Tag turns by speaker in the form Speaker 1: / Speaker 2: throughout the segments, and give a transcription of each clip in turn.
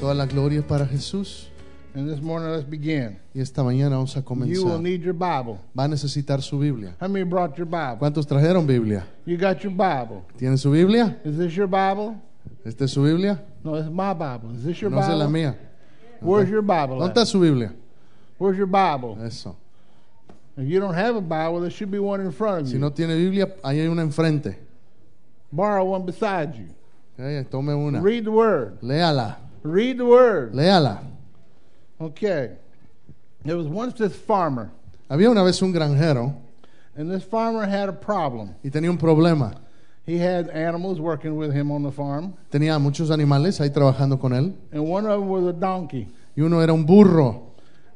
Speaker 1: Toda la gloria es para Jesús.
Speaker 2: And this morning, let's begin.
Speaker 1: Y esta mañana vamos a
Speaker 2: You will
Speaker 1: comenzar.
Speaker 2: need your Bible.
Speaker 1: Va a necesitar su Biblia.
Speaker 2: How many brought your Bible?
Speaker 1: ¿Cuántos trajeron Biblia?
Speaker 2: You got your Bible.
Speaker 1: ¿Tienen su Biblia?
Speaker 2: Is this your Bible?
Speaker 1: ¿Esta es su Biblia?
Speaker 2: No, it's my Bible. Is this your
Speaker 1: No sé la
Speaker 2: Bible?
Speaker 1: mía.
Speaker 2: Where's your Bible?
Speaker 1: ¿Dónde está
Speaker 2: At?
Speaker 1: su Biblia?
Speaker 2: Where's your Bible?
Speaker 1: Eso.
Speaker 2: If you don't have a Bible, there should be one in front of
Speaker 1: Si
Speaker 2: you.
Speaker 1: no tiene Biblia, ahí hay una enfrente.
Speaker 2: Borrow one beside you.
Speaker 1: Ahí, tome una.
Speaker 2: Read the Word.
Speaker 1: Léala.
Speaker 2: Read the Word.
Speaker 1: Léala.
Speaker 2: Okay. There was once this farmer,
Speaker 1: Había una vez un granjero
Speaker 2: and this farmer had a problem.
Speaker 1: y tenía un problema.
Speaker 2: He had animals working with him on the farm,
Speaker 1: Tenía muchos animales ahí trabajando con él.
Speaker 2: and one of them was a donkey.
Speaker 1: Y uno era un burro.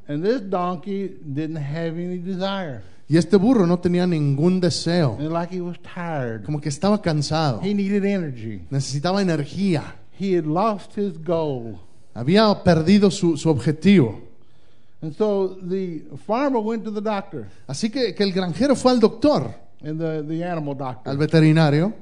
Speaker 2: And this donkey didn't have any desire.
Speaker 1: Y este burro no tenía ningún deseo.
Speaker 2: And like he was tired,
Speaker 1: Como que estaba cansado.
Speaker 2: he needed energy.
Speaker 1: Necesitaba energía.
Speaker 2: He had lost his goal.
Speaker 1: Había perdido su, su objetivo.
Speaker 2: And so the farmer went to the doctor,
Speaker 1: Así que, que el granjero fue al doctor,
Speaker 2: and the, the animal
Speaker 1: al
Speaker 2: doctor.
Speaker 1: veterinario,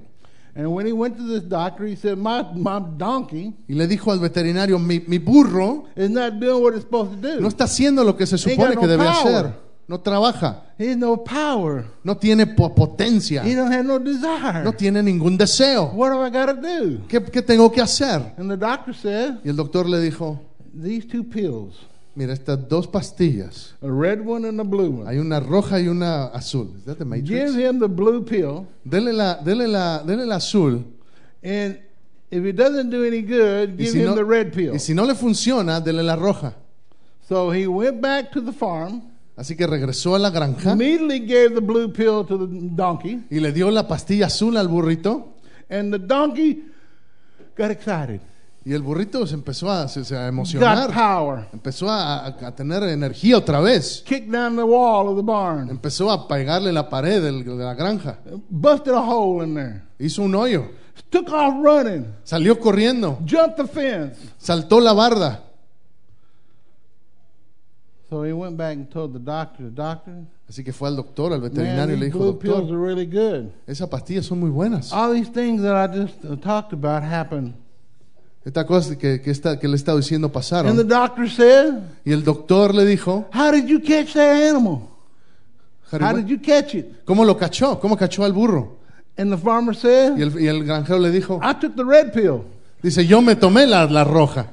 Speaker 2: And when he went to this doctor, he said, My, my donkey
Speaker 1: y le dijo al veterinario, mi, mi burro
Speaker 2: is not doing what it's supposed to do.
Speaker 1: no está haciendo lo que se supone que debe hacer. No trabaja,
Speaker 2: He has no power.
Speaker 1: no tiene po- potencia,
Speaker 2: He don't have no desire.
Speaker 1: no tiene ningún deseo.
Speaker 2: What do I got to do?
Speaker 1: ¿Qué, qué tengo que hacer?
Speaker 2: And the doctor said,
Speaker 1: Y el doctor le dijo,
Speaker 2: These two pills,
Speaker 1: mira, estas dos pastillas,
Speaker 2: a red one and a blue one.
Speaker 1: hay una roja y una azul. ¿Es that the Matrix?
Speaker 2: Give him the blue pill,
Speaker 1: Dele la, dele la, dele la azul.
Speaker 2: and if it doesn't do any good,
Speaker 1: Y
Speaker 2: give
Speaker 1: si,
Speaker 2: him
Speaker 1: no,
Speaker 2: the red pill.
Speaker 1: y si no le funciona, dele la roja.
Speaker 2: So he went back to the farm,
Speaker 1: Así que regresó a la granja.
Speaker 2: immediately gave the blue pill to the donkey,
Speaker 1: y le dio la pastilla azul al burrito
Speaker 2: and the donkey got excited,
Speaker 1: y el burrito se empezó a, se- se a
Speaker 2: got
Speaker 1: emocionar,
Speaker 2: power,
Speaker 1: empezó a, a tener energía otra vez,
Speaker 2: kicked down the wall of the barn,
Speaker 1: empezó a pegarle la pared del- de la granja,
Speaker 2: busted a hole in there,
Speaker 1: hizo un hoyo,
Speaker 2: took off running,
Speaker 1: salió corriendo,
Speaker 2: jumped the fence.
Speaker 1: saltó la barda.
Speaker 2: So he went back and told the doctor, doctor,
Speaker 1: Así que fue al doctor, al
Speaker 2: man,
Speaker 1: veterinario y
Speaker 2: these
Speaker 1: le dijo,
Speaker 2: blue pills
Speaker 1: doctor,
Speaker 2: are really good.
Speaker 1: esas pastillas son muy buenas.
Speaker 2: All these things that I just uh, talked about happened.
Speaker 1: Esta cosa que, que, está, que le estaba diciendo
Speaker 2: And the
Speaker 1: pasaron.
Speaker 2: doctor said,
Speaker 1: Y el doctor le dijo,
Speaker 2: How did you catch that animal? How
Speaker 1: "Harry,
Speaker 2: did you catch it?
Speaker 1: ¿cómo lo cachó? ¿Cómo cachó al burro?
Speaker 2: And the farmer said,
Speaker 1: Y el, y el granjero le dijo,
Speaker 2: I took the red pill.
Speaker 1: dice, yo me tomé la, la roja.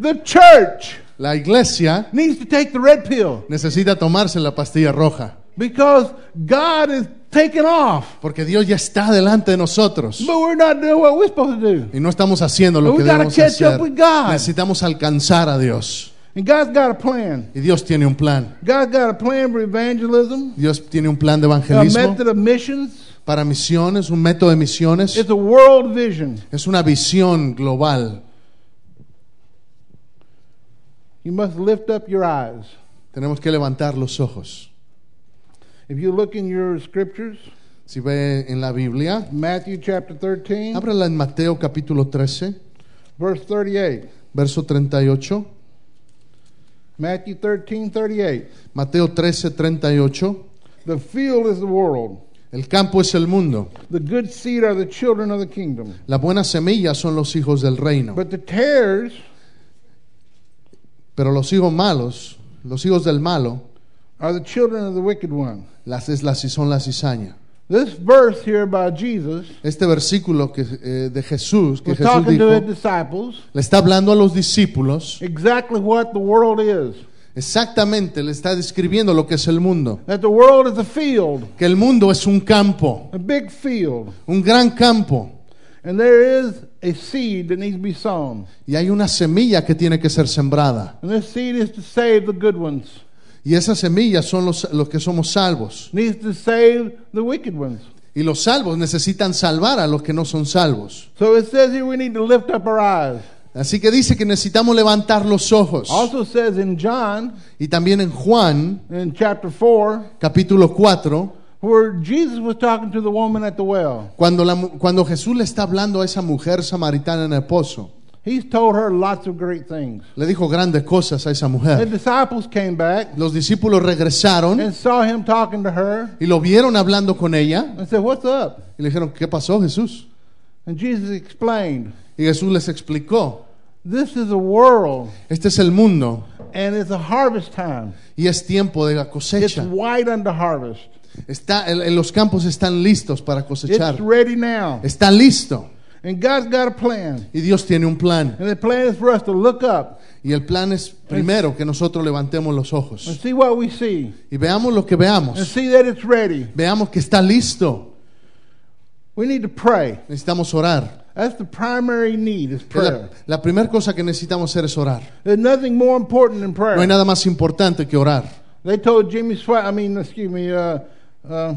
Speaker 2: The church
Speaker 1: La iglesia
Speaker 2: needs to take the red pill
Speaker 1: necesita tomarse la pastilla roja,
Speaker 2: because God is taking off.
Speaker 1: porque Dios ya está delante de nosotros
Speaker 2: But we're not doing what we're supposed to do.
Speaker 1: y no estamos haciendo lo
Speaker 2: But
Speaker 1: que
Speaker 2: we gotta
Speaker 1: debemos
Speaker 2: catch
Speaker 1: hacer.
Speaker 2: up with God.
Speaker 1: Necesitamos alcanzar a Dios
Speaker 2: And God's got a plan.
Speaker 1: y Dios tiene un plan.
Speaker 2: God's got a plan for evangelism,
Speaker 1: Dios tiene un plan de
Speaker 2: a
Speaker 1: evangelismo
Speaker 2: method of missions.
Speaker 1: para misiones, un método de misiones.
Speaker 2: It's a world vision.
Speaker 1: Es una visión global.
Speaker 2: You must lift up your eyes.
Speaker 1: Tenemos que levantar los ojos.
Speaker 2: If you look in your scriptures,
Speaker 1: Si ve en la Biblia,
Speaker 2: Matthew chapter 13,
Speaker 1: ábrala en Mateo capítulo 13,
Speaker 2: verse 38.
Speaker 1: verso 38.
Speaker 2: Matthew 13, 38.
Speaker 1: Mateo 13, 38.
Speaker 2: The field is the world.
Speaker 1: El campo es el mundo.
Speaker 2: The good seed are the children of the kingdom.
Speaker 1: La buena semilla son los hijos del reino.
Speaker 2: But the tares
Speaker 1: Pero los hijos malos, los hijos del malo,
Speaker 2: are the children of the wicked one.
Speaker 1: las es la, son la cizaña.
Speaker 2: This verse here by Jesus
Speaker 1: Este versículo que, eh, de Jesús, que
Speaker 2: was
Speaker 1: Jesús
Speaker 2: talking
Speaker 1: dijo,
Speaker 2: to his disciples
Speaker 1: le está hablando a los discípulos,
Speaker 2: exactly what the world is.
Speaker 1: exactamente le está describiendo lo que es el mundo.
Speaker 2: That the world is a field,
Speaker 1: Que el mundo es un campo,
Speaker 2: a big field,
Speaker 1: un gran campo,
Speaker 2: and there is a seed that needs to be sown.
Speaker 1: y hay una semilla que tiene que ser sembrada.
Speaker 2: And this seed is to save the good ones,
Speaker 1: Y esas semillas son los, los que somos salvos.
Speaker 2: needs to save the wicked ones.
Speaker 1: Y los salvos necesitan salvar a los que no son salvos.
Speaker 2: So it says here we need to lift up our eyes.
Speaker 1: Así que dice que necesitamos levantar los ojos.
Speaker 2: Also says in John,
Speaker 1: Y también en Juan
Speaker 2: in chapter 4,
Speaker 1: capítulo 4,
Speaker 2: where Jesus was talking to the woman at the well.
Speaker 1: cuando, la mu- cuando Jesús le está hablando a esa mujer samaritana en el pozo,
Speaker 2: He's told her lots of great things.
Speaker 1: le dijo grandes cosas a esa
Speaker 2: The
Speaker 1: mujer.
Speaker 2: disciples came back
Speaker 1: Los discípulos regresaron
Speaker 2: and saw him talking to her
Speaker 1: y lo vieron hablando con ella
Speaker 2: and said, What's up?
Speaker 1: y le dijeron, ¿qué pasó Jesús?
Speaker 2: And Jesus explained.
Speaker 1: Y Jesús les explicó,
Speaker 2: This is a world,
Speaker 1: este es el mundo
Speaker 2: and it's a harvest time.
Speaker 1: y es tiempo de la
Speaker 2: It's
Speaker 1: cosecha.
Speaker 2: white under harvest.
Speaker 1: Está, el- el- los campos están listos para
Speaker 2: It's
Speaker 1: cosechar.
Speaker 2: ready now.
Speaker 1: Está listo.
Speaker 2: And God's got a plan.
Speaker 1: Y Dios tiene un plan.
Speaker 2: And the plan is for us to look up
Speaker 1: Y el plan es primero que nosotros levantemos los
Speaker 2: and
Speaker 1: ojos
Speaker 2: see what we see
Speaker 1: y veamos lo que
Speaker 2: and
Speaker 1: veamos.
Speaker 2: see that it's ready.
Speaker 1: Veamos que está listo.
Speaker 2: We need to pray.
Speaker 1: Necesitamos orar.
Speaker 2: That's the primary need is
Speaker 1: Es La,
Speaker 2: prayer.
Speaker 1: la primera cosa que necesitamos hacer es orar.
Speaker 2: There's nothing more important than prayer.
Speaker 1: No hay nada más importante que orar.
Speaker 2: They told Jimmy Swaggart, I mean, excuse me, uh, uh,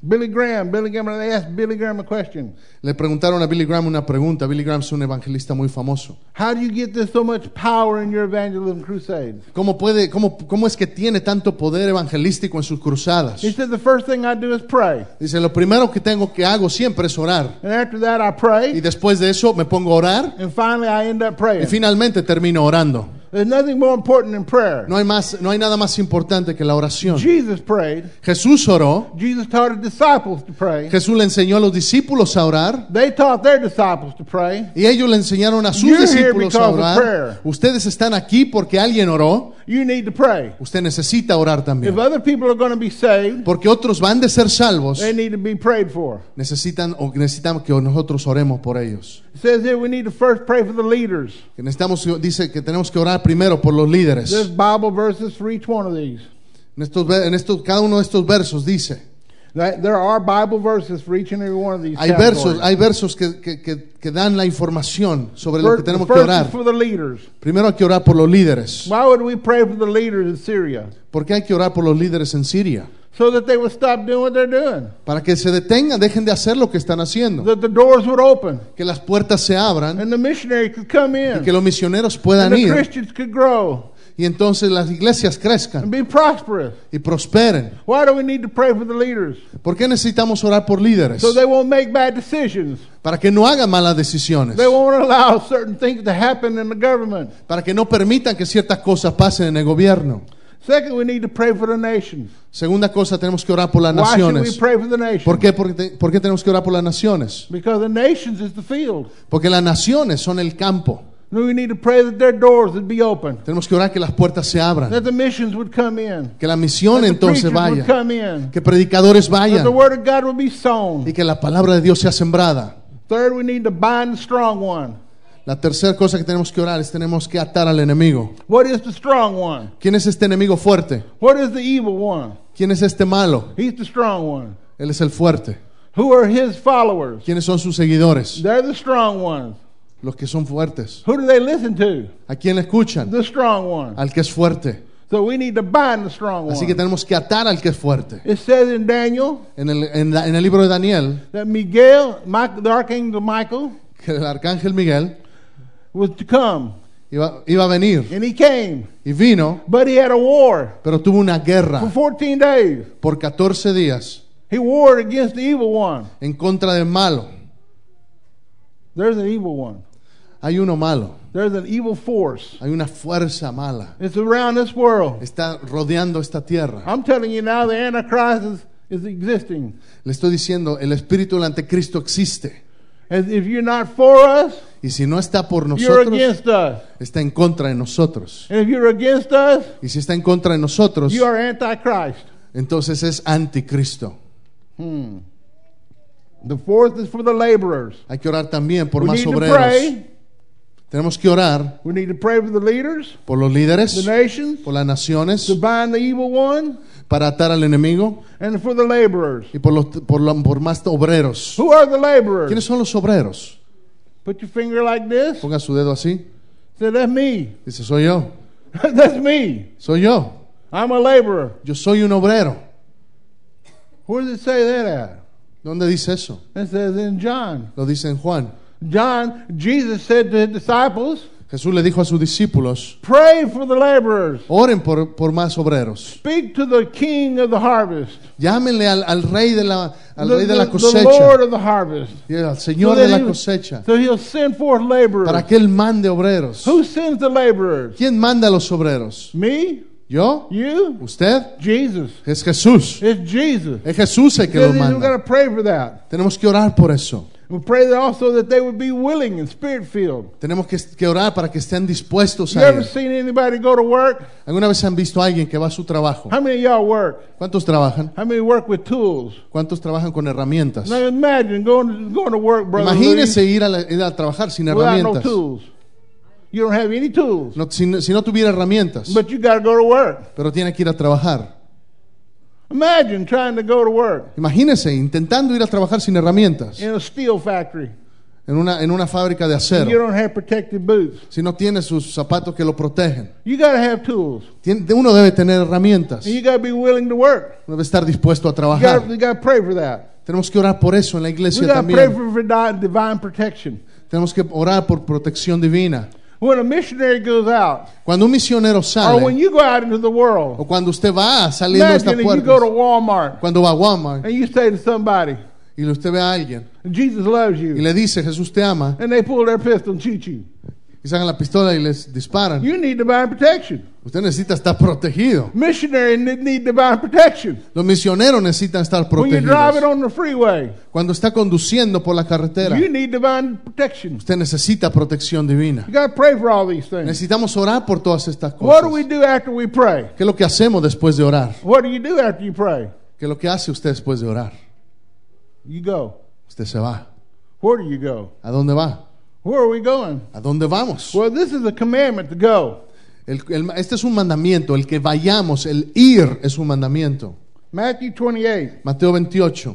Speaker 2: Billy Graham, Billy Graham, they asked Billy Graham a question.
Speaker 1: Le preguntaron a Billy Graham una pregunta. Billy Graham es un evangelista muy famoso.
Speaker 2: How do you get this so much power in your evangelism crusades?
Speaker 1: ¿Cómo, puede, cómo, ¿Cómo es que tiene tanto poder evangelístico en sus cruzadas?
Speaker 2: He said, the first thing I do is pray.
Speaker 1: Dice, lo primero que tengo que hago siempre es orar.
Speaker 2: And after that, I
Speaker 1: Y
Speaker 2: pray.
Speaker 1: después de eso me pongo a orar
Speaker 2: And finally, I end up
Speaker 1: y
Speaker 2: praying.
Speaker 1: finalmente termino orando.
Speaker 2: There's nothing more important than prayer.
Speaker 1: No hay, más, no hay nada más importante que la oración.
Speaker 2: Jesus prayed.
Speaker 1: Jesús oró.
Speaker 2: Jesus taught his disciples to pray.
Speaker 1: Jesús le enseñó a los discípulos a orar.
Speaker 2: They taught their disciples to pray.
Speaker 1: Y ellos le enseñaron a sus
Speaker 2: You're here
Speaker 1: discípulos a
Speaker 2: because of prayer.
Speaker 1: orar. Ustedes están aquí porque alguien oró.
Speaker 2: You need to pray.
Speaker 1: Usted necesita orar también.
Speaker 2: If other people are going to be saved,
Speaker 1: Porque otros van de ser salvos.
Speaker 2: they need to be prayed for.
Speaker 1: Necesitan o necesitan que nosotros oremos por ellos.
Speaker 2: It says here we need to first pray for the leaders.
Speaker 1: Que necesitamos, dice que tenemos que orar primero por los
Speaker 2: This
Speaker 1: líderes.
Speaker 2: Bible verses for each one of these.
Speaker 1: En estos, ve- en estos, cada uno de estos versos dice.
Speaker 2: That- There are Bible verses for each and every one of these.
Speaker 1: Hay
Speaker 2: categories.
Speaker 1: versos, hay versos que, que- que- que dan la información sobre lo
Speaker 2: First-
Speaker 1: que tenemos que
Speaker 2: first is
Speaker 1: orar.
Speaker 2: for the leaders.
Speaker 1: Primero hay que orar por los líderes.
Speaker 2: Why would we pray for the leaders in Syria?
Speaker 1: ¿Por qué hay que orar por los líderes en Siria?
Speaker 2: So that they would stop doing what they're doing.
Speaker 1: Para que se detengan, dejen de hacer lo que están haciendo.
Speaker 2: That the doors would open
Speaker 1: Que las puertas se abran,
Speaker 2: and the missionary could come in.
Speaker 1: que los misioneros
Speaker 2: and
Speaker 1: puedan
Speaker 2: the
Speaker 1: ir
Speaker 2: Christians could grow
Speaker 1: y entonces las iglesias
Speaker 2: and
Speaker 1: crezcan
Speaker 2: be prosperous.
Speaker 1: y prosperen.
Speaker 2: Why do we need to pray for the leaders?
Speaker 1: ¿Por qué necesitamos orar por líderes?
Speaker 2: So they won't make bad decisions.
Speaker 1: Para que no hagan malas decisiones.
Speaker 2: They won't allow certain things to happen in the government.
Speaker 1: Para que no permitan que ciertas cosas pasen en el gobierno.
Speaker 2: Second, we need to pray for the nations.
Speaker 1: Segunda cosa, tenemos que orar por las
Speaker 2: Why should we
Speaker 1: naciones.
Speaker 2: pray for the nations?
Speaker 1: ¿Por qué? Porque te- ¿Por qué tenemos que orar por las naciones?
Speaker 2: Because the nations is the field.
Speaker 1: Porque las naciones son el campo.
Speaker 2: Then We need to pray that their doors would be open,
Speaker 1: Tenemos que orar que las puertas se abran,
Speaker 2: that the missions would come in,
Speaker 1: que la misión
Speaker 2: that the
Speaker 1: entonces
Speaker 2: preachers
Speaker 1: vaya,
Speaker 2: would come in,
Speaker 1: que predicadores
Speaker 2: that
Speaker 1: vayan
Speaker 2: the word of God would be
Speaker 1: y
Speaker 2: sown.
Speaker 1: que la palabra de Dios sea sembrada.
Speaker 2: Third, we need to bind the strong one.
Speaker 1: La tercera cosa que tenemos que orar es tenemos que atar al enemigo.
Speaker 2: What is the strong one?
Speaker 1: ¿Quién es este enemigo fuerte?
Speaker 2: What is the evil one?
Speaker 1: ¿Quién es este malo?
Speaker 2: He's the strong one.
Speaker 1: Él es el fuerte.
Speaker 2: Who are his followers?
Speaker 1: ¿Quiénes son sus seguidores?
Speaker 2: They're the strong ones.
Speaker 1: Los que son fuertes.
Speaker 2: Who do they listen to?
Speaker 1: ¿A quién le escuchan?
Speaker 2: The strong ones.
Speaker 1: Al que es fuerte.
Speaker 2: So we need to bind the strong
Speaker 1: Así que
Speaker 2: one.
Speaker 1: tenemos que atar al que es fuerte.
Speaker 2: It says in Daniel
Speaker 1: En el, en la- en el libro de Daniel,
Speaker 2: that Miguel, Michael, the archangel Michael,
Speaker 1: que el arcángel Miguel
Speaker 2: was to come,
Speaker 1: iba- iba a venir
Speaker 2: and he came,
Speaker 1: y vino
Speaker 2: but he had a war
Speaker 1: pero tuvo una
Speaker 2: for
Speaker 1: guerra
Speaker 2: 14 days.
Speaker 1: por 14 días
Speaker 2: He warred against the evil one.
Speaker 1: en contra del malo.
Speaker 2: There's an evil one.
Speaker 1: Hay uno malo,
Speaker 2: There's an evil force.
Speaker 1: hay una fuerza mala.
Speaker 2: It's around this world.
Speaker 1: Está rodeando esta tierra.
Speaker 2: I'm telling you now, the Antichrist is, is existing.
Speaker 1: Le estoy diciendo, el espíritu del anticristo existe.
Speaker 2: And if you're not for us,
Speaker 1: Y si no está por
Speaker 2: you're
Speaker 1: nosotros,
Speaker 2: against us.
Speaker 1: está en contra de nosotros.
Speaker 2: And if you're against us,
Speaker 1: Y si está en contra de nosotros,
Speaker 2: you are antichrist.
Speaker 1: entonces es anticristo.
Speaker 2: The fourth is for the laborers.
Speaker 1: Hay que orar también por
Speaker 2: We
Speaker 1: más
Speaker 2: need to
Speaker 1: obreros.
Speaker 2: pray.
Speaker 1: Tenemos que orar
Speaker 2: We need to pray for the leaders,
Speaker 1: por los
Speaker 2: the
Speaker 1: líderes,
Speaker 2: nations,
Speaker 1: por las
Speaker 2: to
Speaker 1: naciones,
Speaker 2: bind the evil one,
Speaker 1: para atar al enemigo
Speaker 2: and for the laborers.
Speaker 1: y por, los, por, la- por más obreros.
Speaker 2: Who are the laborers?
Speaker 1: ¿Quiénes son los obreros?
Speaker 2: Put your finger like this.
Speaker 1: Ponga su dedo así.
Speaker 2: Say, that's me.
Speaker 1: Dice, soy yo.
Speaker 2: that's me.
Speaker 1: Soy yo.
Speaker 2: I'm a laborer.
Speaker 1: Yo soy un obrero.
Speaker 2: Where does it say that at?
Speaker 1: ¿Dónde dice eso?
Speaker 2: It says in John.
Speaker 1: Lo dice en Juan.
Speaker 2: John, Jesus said to his disciples,
Speaker 1: Jesús le dijo a sus discípulos,
Speaker 2: pray for the laborers.
Speaker 1: oren por, por más obreros.
Speaker 2: Speak to the king of the harvest.
Speaker 1: Llámenle al, al rey de la, al
Speaker 2: the,
Speaker 1: rey de la
Speaker 2: the- the Lord
Speaker 1: cosecha.
Speaker 2: of the harvest.
Speaker 1: Y al señor
Speaker 2: So
Speaker 1: de
Speaker 2: that
Speaker 1: la
Speaker 2: he-
Speaker 1: cosecha.
Speaker 2: So he'll send forth laborers.
Speaker 1: Para que él mande obreros.
Speaker 2: Who sends the laborers?
Speaker 1: ¿Quién manda a los obreros?
Speaker 2: Me?
Speaker 1: ¿Yo?
Speaker 2: You?
Speaker 1: ¿Usted?
Speaker 2: Jesus.
Speaker 1: Es Jesús.
Speaker 2: It's Jesus.
Speaker 1: Es Jesús el que lo
Speaker 2: Says We're
Speaker 1: manda.
Speaker 2: going to pray for that.
Speaker 1: Tenemos que orar por eso.
Speaker 2: We pray that also that they would be willing and spirit filled.
Speaker 1: Tenemos que, que orar para que estén dispuestos
Speaker 2: You
Speaker 1: a
Speaker 2: ever
Speaker 1: ir.
Speaker 2: seen anybody go to work?
Speaker 1: ¿Alguna vez han visto a alguien que va a su trabajo?
Speaker 2: How many of y'all work?
Speaker 1: ¿Cuántos trabajan?
Speaker 2: How many work with tools?
Speaker 1: ¿Cuántos trabajan con herramientas?
Speaker 2: Now imagine going going to work, brother.
Speaker 1: Imagínese
Speaker 2: Louis,
Speaker 1: ir a, la- ir a trabajar sin
Speaker 2: without no
Speaker 1: herramientas.
Speaker 2: tools. You don't have any tools,
Speaker 1: No- si, si no tuviera herramientas,
Speaker 2: but you got to go to work.
Speaker 1: pero tiene que ir a trabajar.
Speaker 2: Imagine trying to go to work
Speaker 1: Imagínese intentando ir a trabajar sin herramientas
Speaker 2: in a steel factory.
Speaker 1: en una, en una fábrica de
Speaker 2: You
Speaker 1: acero.
Speaker 2: don't have protective boots.
Speaker 1: Si no tiene sus zapatos que lo protegen.
Speaker 2: You got to have tools.
Speaker 1: Tien- uno debe tener herramientas.
Speaker 2: And you got to be willing to work.
Speaker 1: Uno debe estar dispuesto a
Speaker 2: You got
Speaker 1: trabajar.
Speaker 2: to pray for that.
Speaker 1: Tenemos que orar por eso en la
Speaker 2: We
Speaker 1: iglesia
Speaker 2: got to pray
Speaker 1: también.
Speaker 2: for, for di- divine protection.
Speaker 1: Tenemos que orar por protección divina.
Speaker 2: When a missionary goes out,
Speaker 1: Cuando un misionero
Speaker 2: or when
Speaker 1: sale,
Speaker 2: you go out into the world,
Speaker 1: o cuando usted va saliendo de esta
Speaker 2: imagine if you go to
Speaker 1: puerta,
Speaker 2: Walmart
Speaker 1: cuando va a Walmart
Speaker 2: and you say to somebody,
Speaker 1: y usted ve a alguien
Speaker 2: Jesus loves
Speaker 1: y
Speaker 2: you,
Speaker 1: le dice, Jesús te ama,
Speaker 2: and they pull their pistol and shoot you.
Speaker 1: y sacan la pistola y les disparan,
Speaker 2: You need divine protection.
Speaker 1: usted necesita estar protegido.
Speaker 2: Missionaries ne- need divine protection.
Speaker 1: Los misioneros necesitan estar
Speaker 2: When you're driving
Speaker 1: protegidos.
Speaker 2: on the freeway,
Speaker 1: Cuando está conduciendo por la carretera,
Speaker 2: you need divine protection.
Speaker 1: usted necesita protección divina.
Speaker 2: You got to pray for all these things.
Speaker 1: Necesitamos orar por todas estas
Speaker 2: What
Speaker 1: cosas.
Speaker 2: do we do after we pray?
Speaker 1: ¿Qué es lo que hacemos después de orar?
Speaker 2: What do you do after you pray?
Speaker 1: ¿Qué es lo que hace usted después de orar?
Speaker 2: You go.
Speaker 1: Usted se va.
Speaker 2: Where do you go?
Speaker 1: ¿A dónde va?
Speaker 2: Where are we going?
Speaker 1: ¿A dónde vamos?
Speaker 2: Well, this is a commandment to go.
Speaker 1: El- el- este es un mandamiento, el que vayamos, el ir es un mandamiento.
Speaker 2: Matthew 28,
Speaker 1: Mateo 28,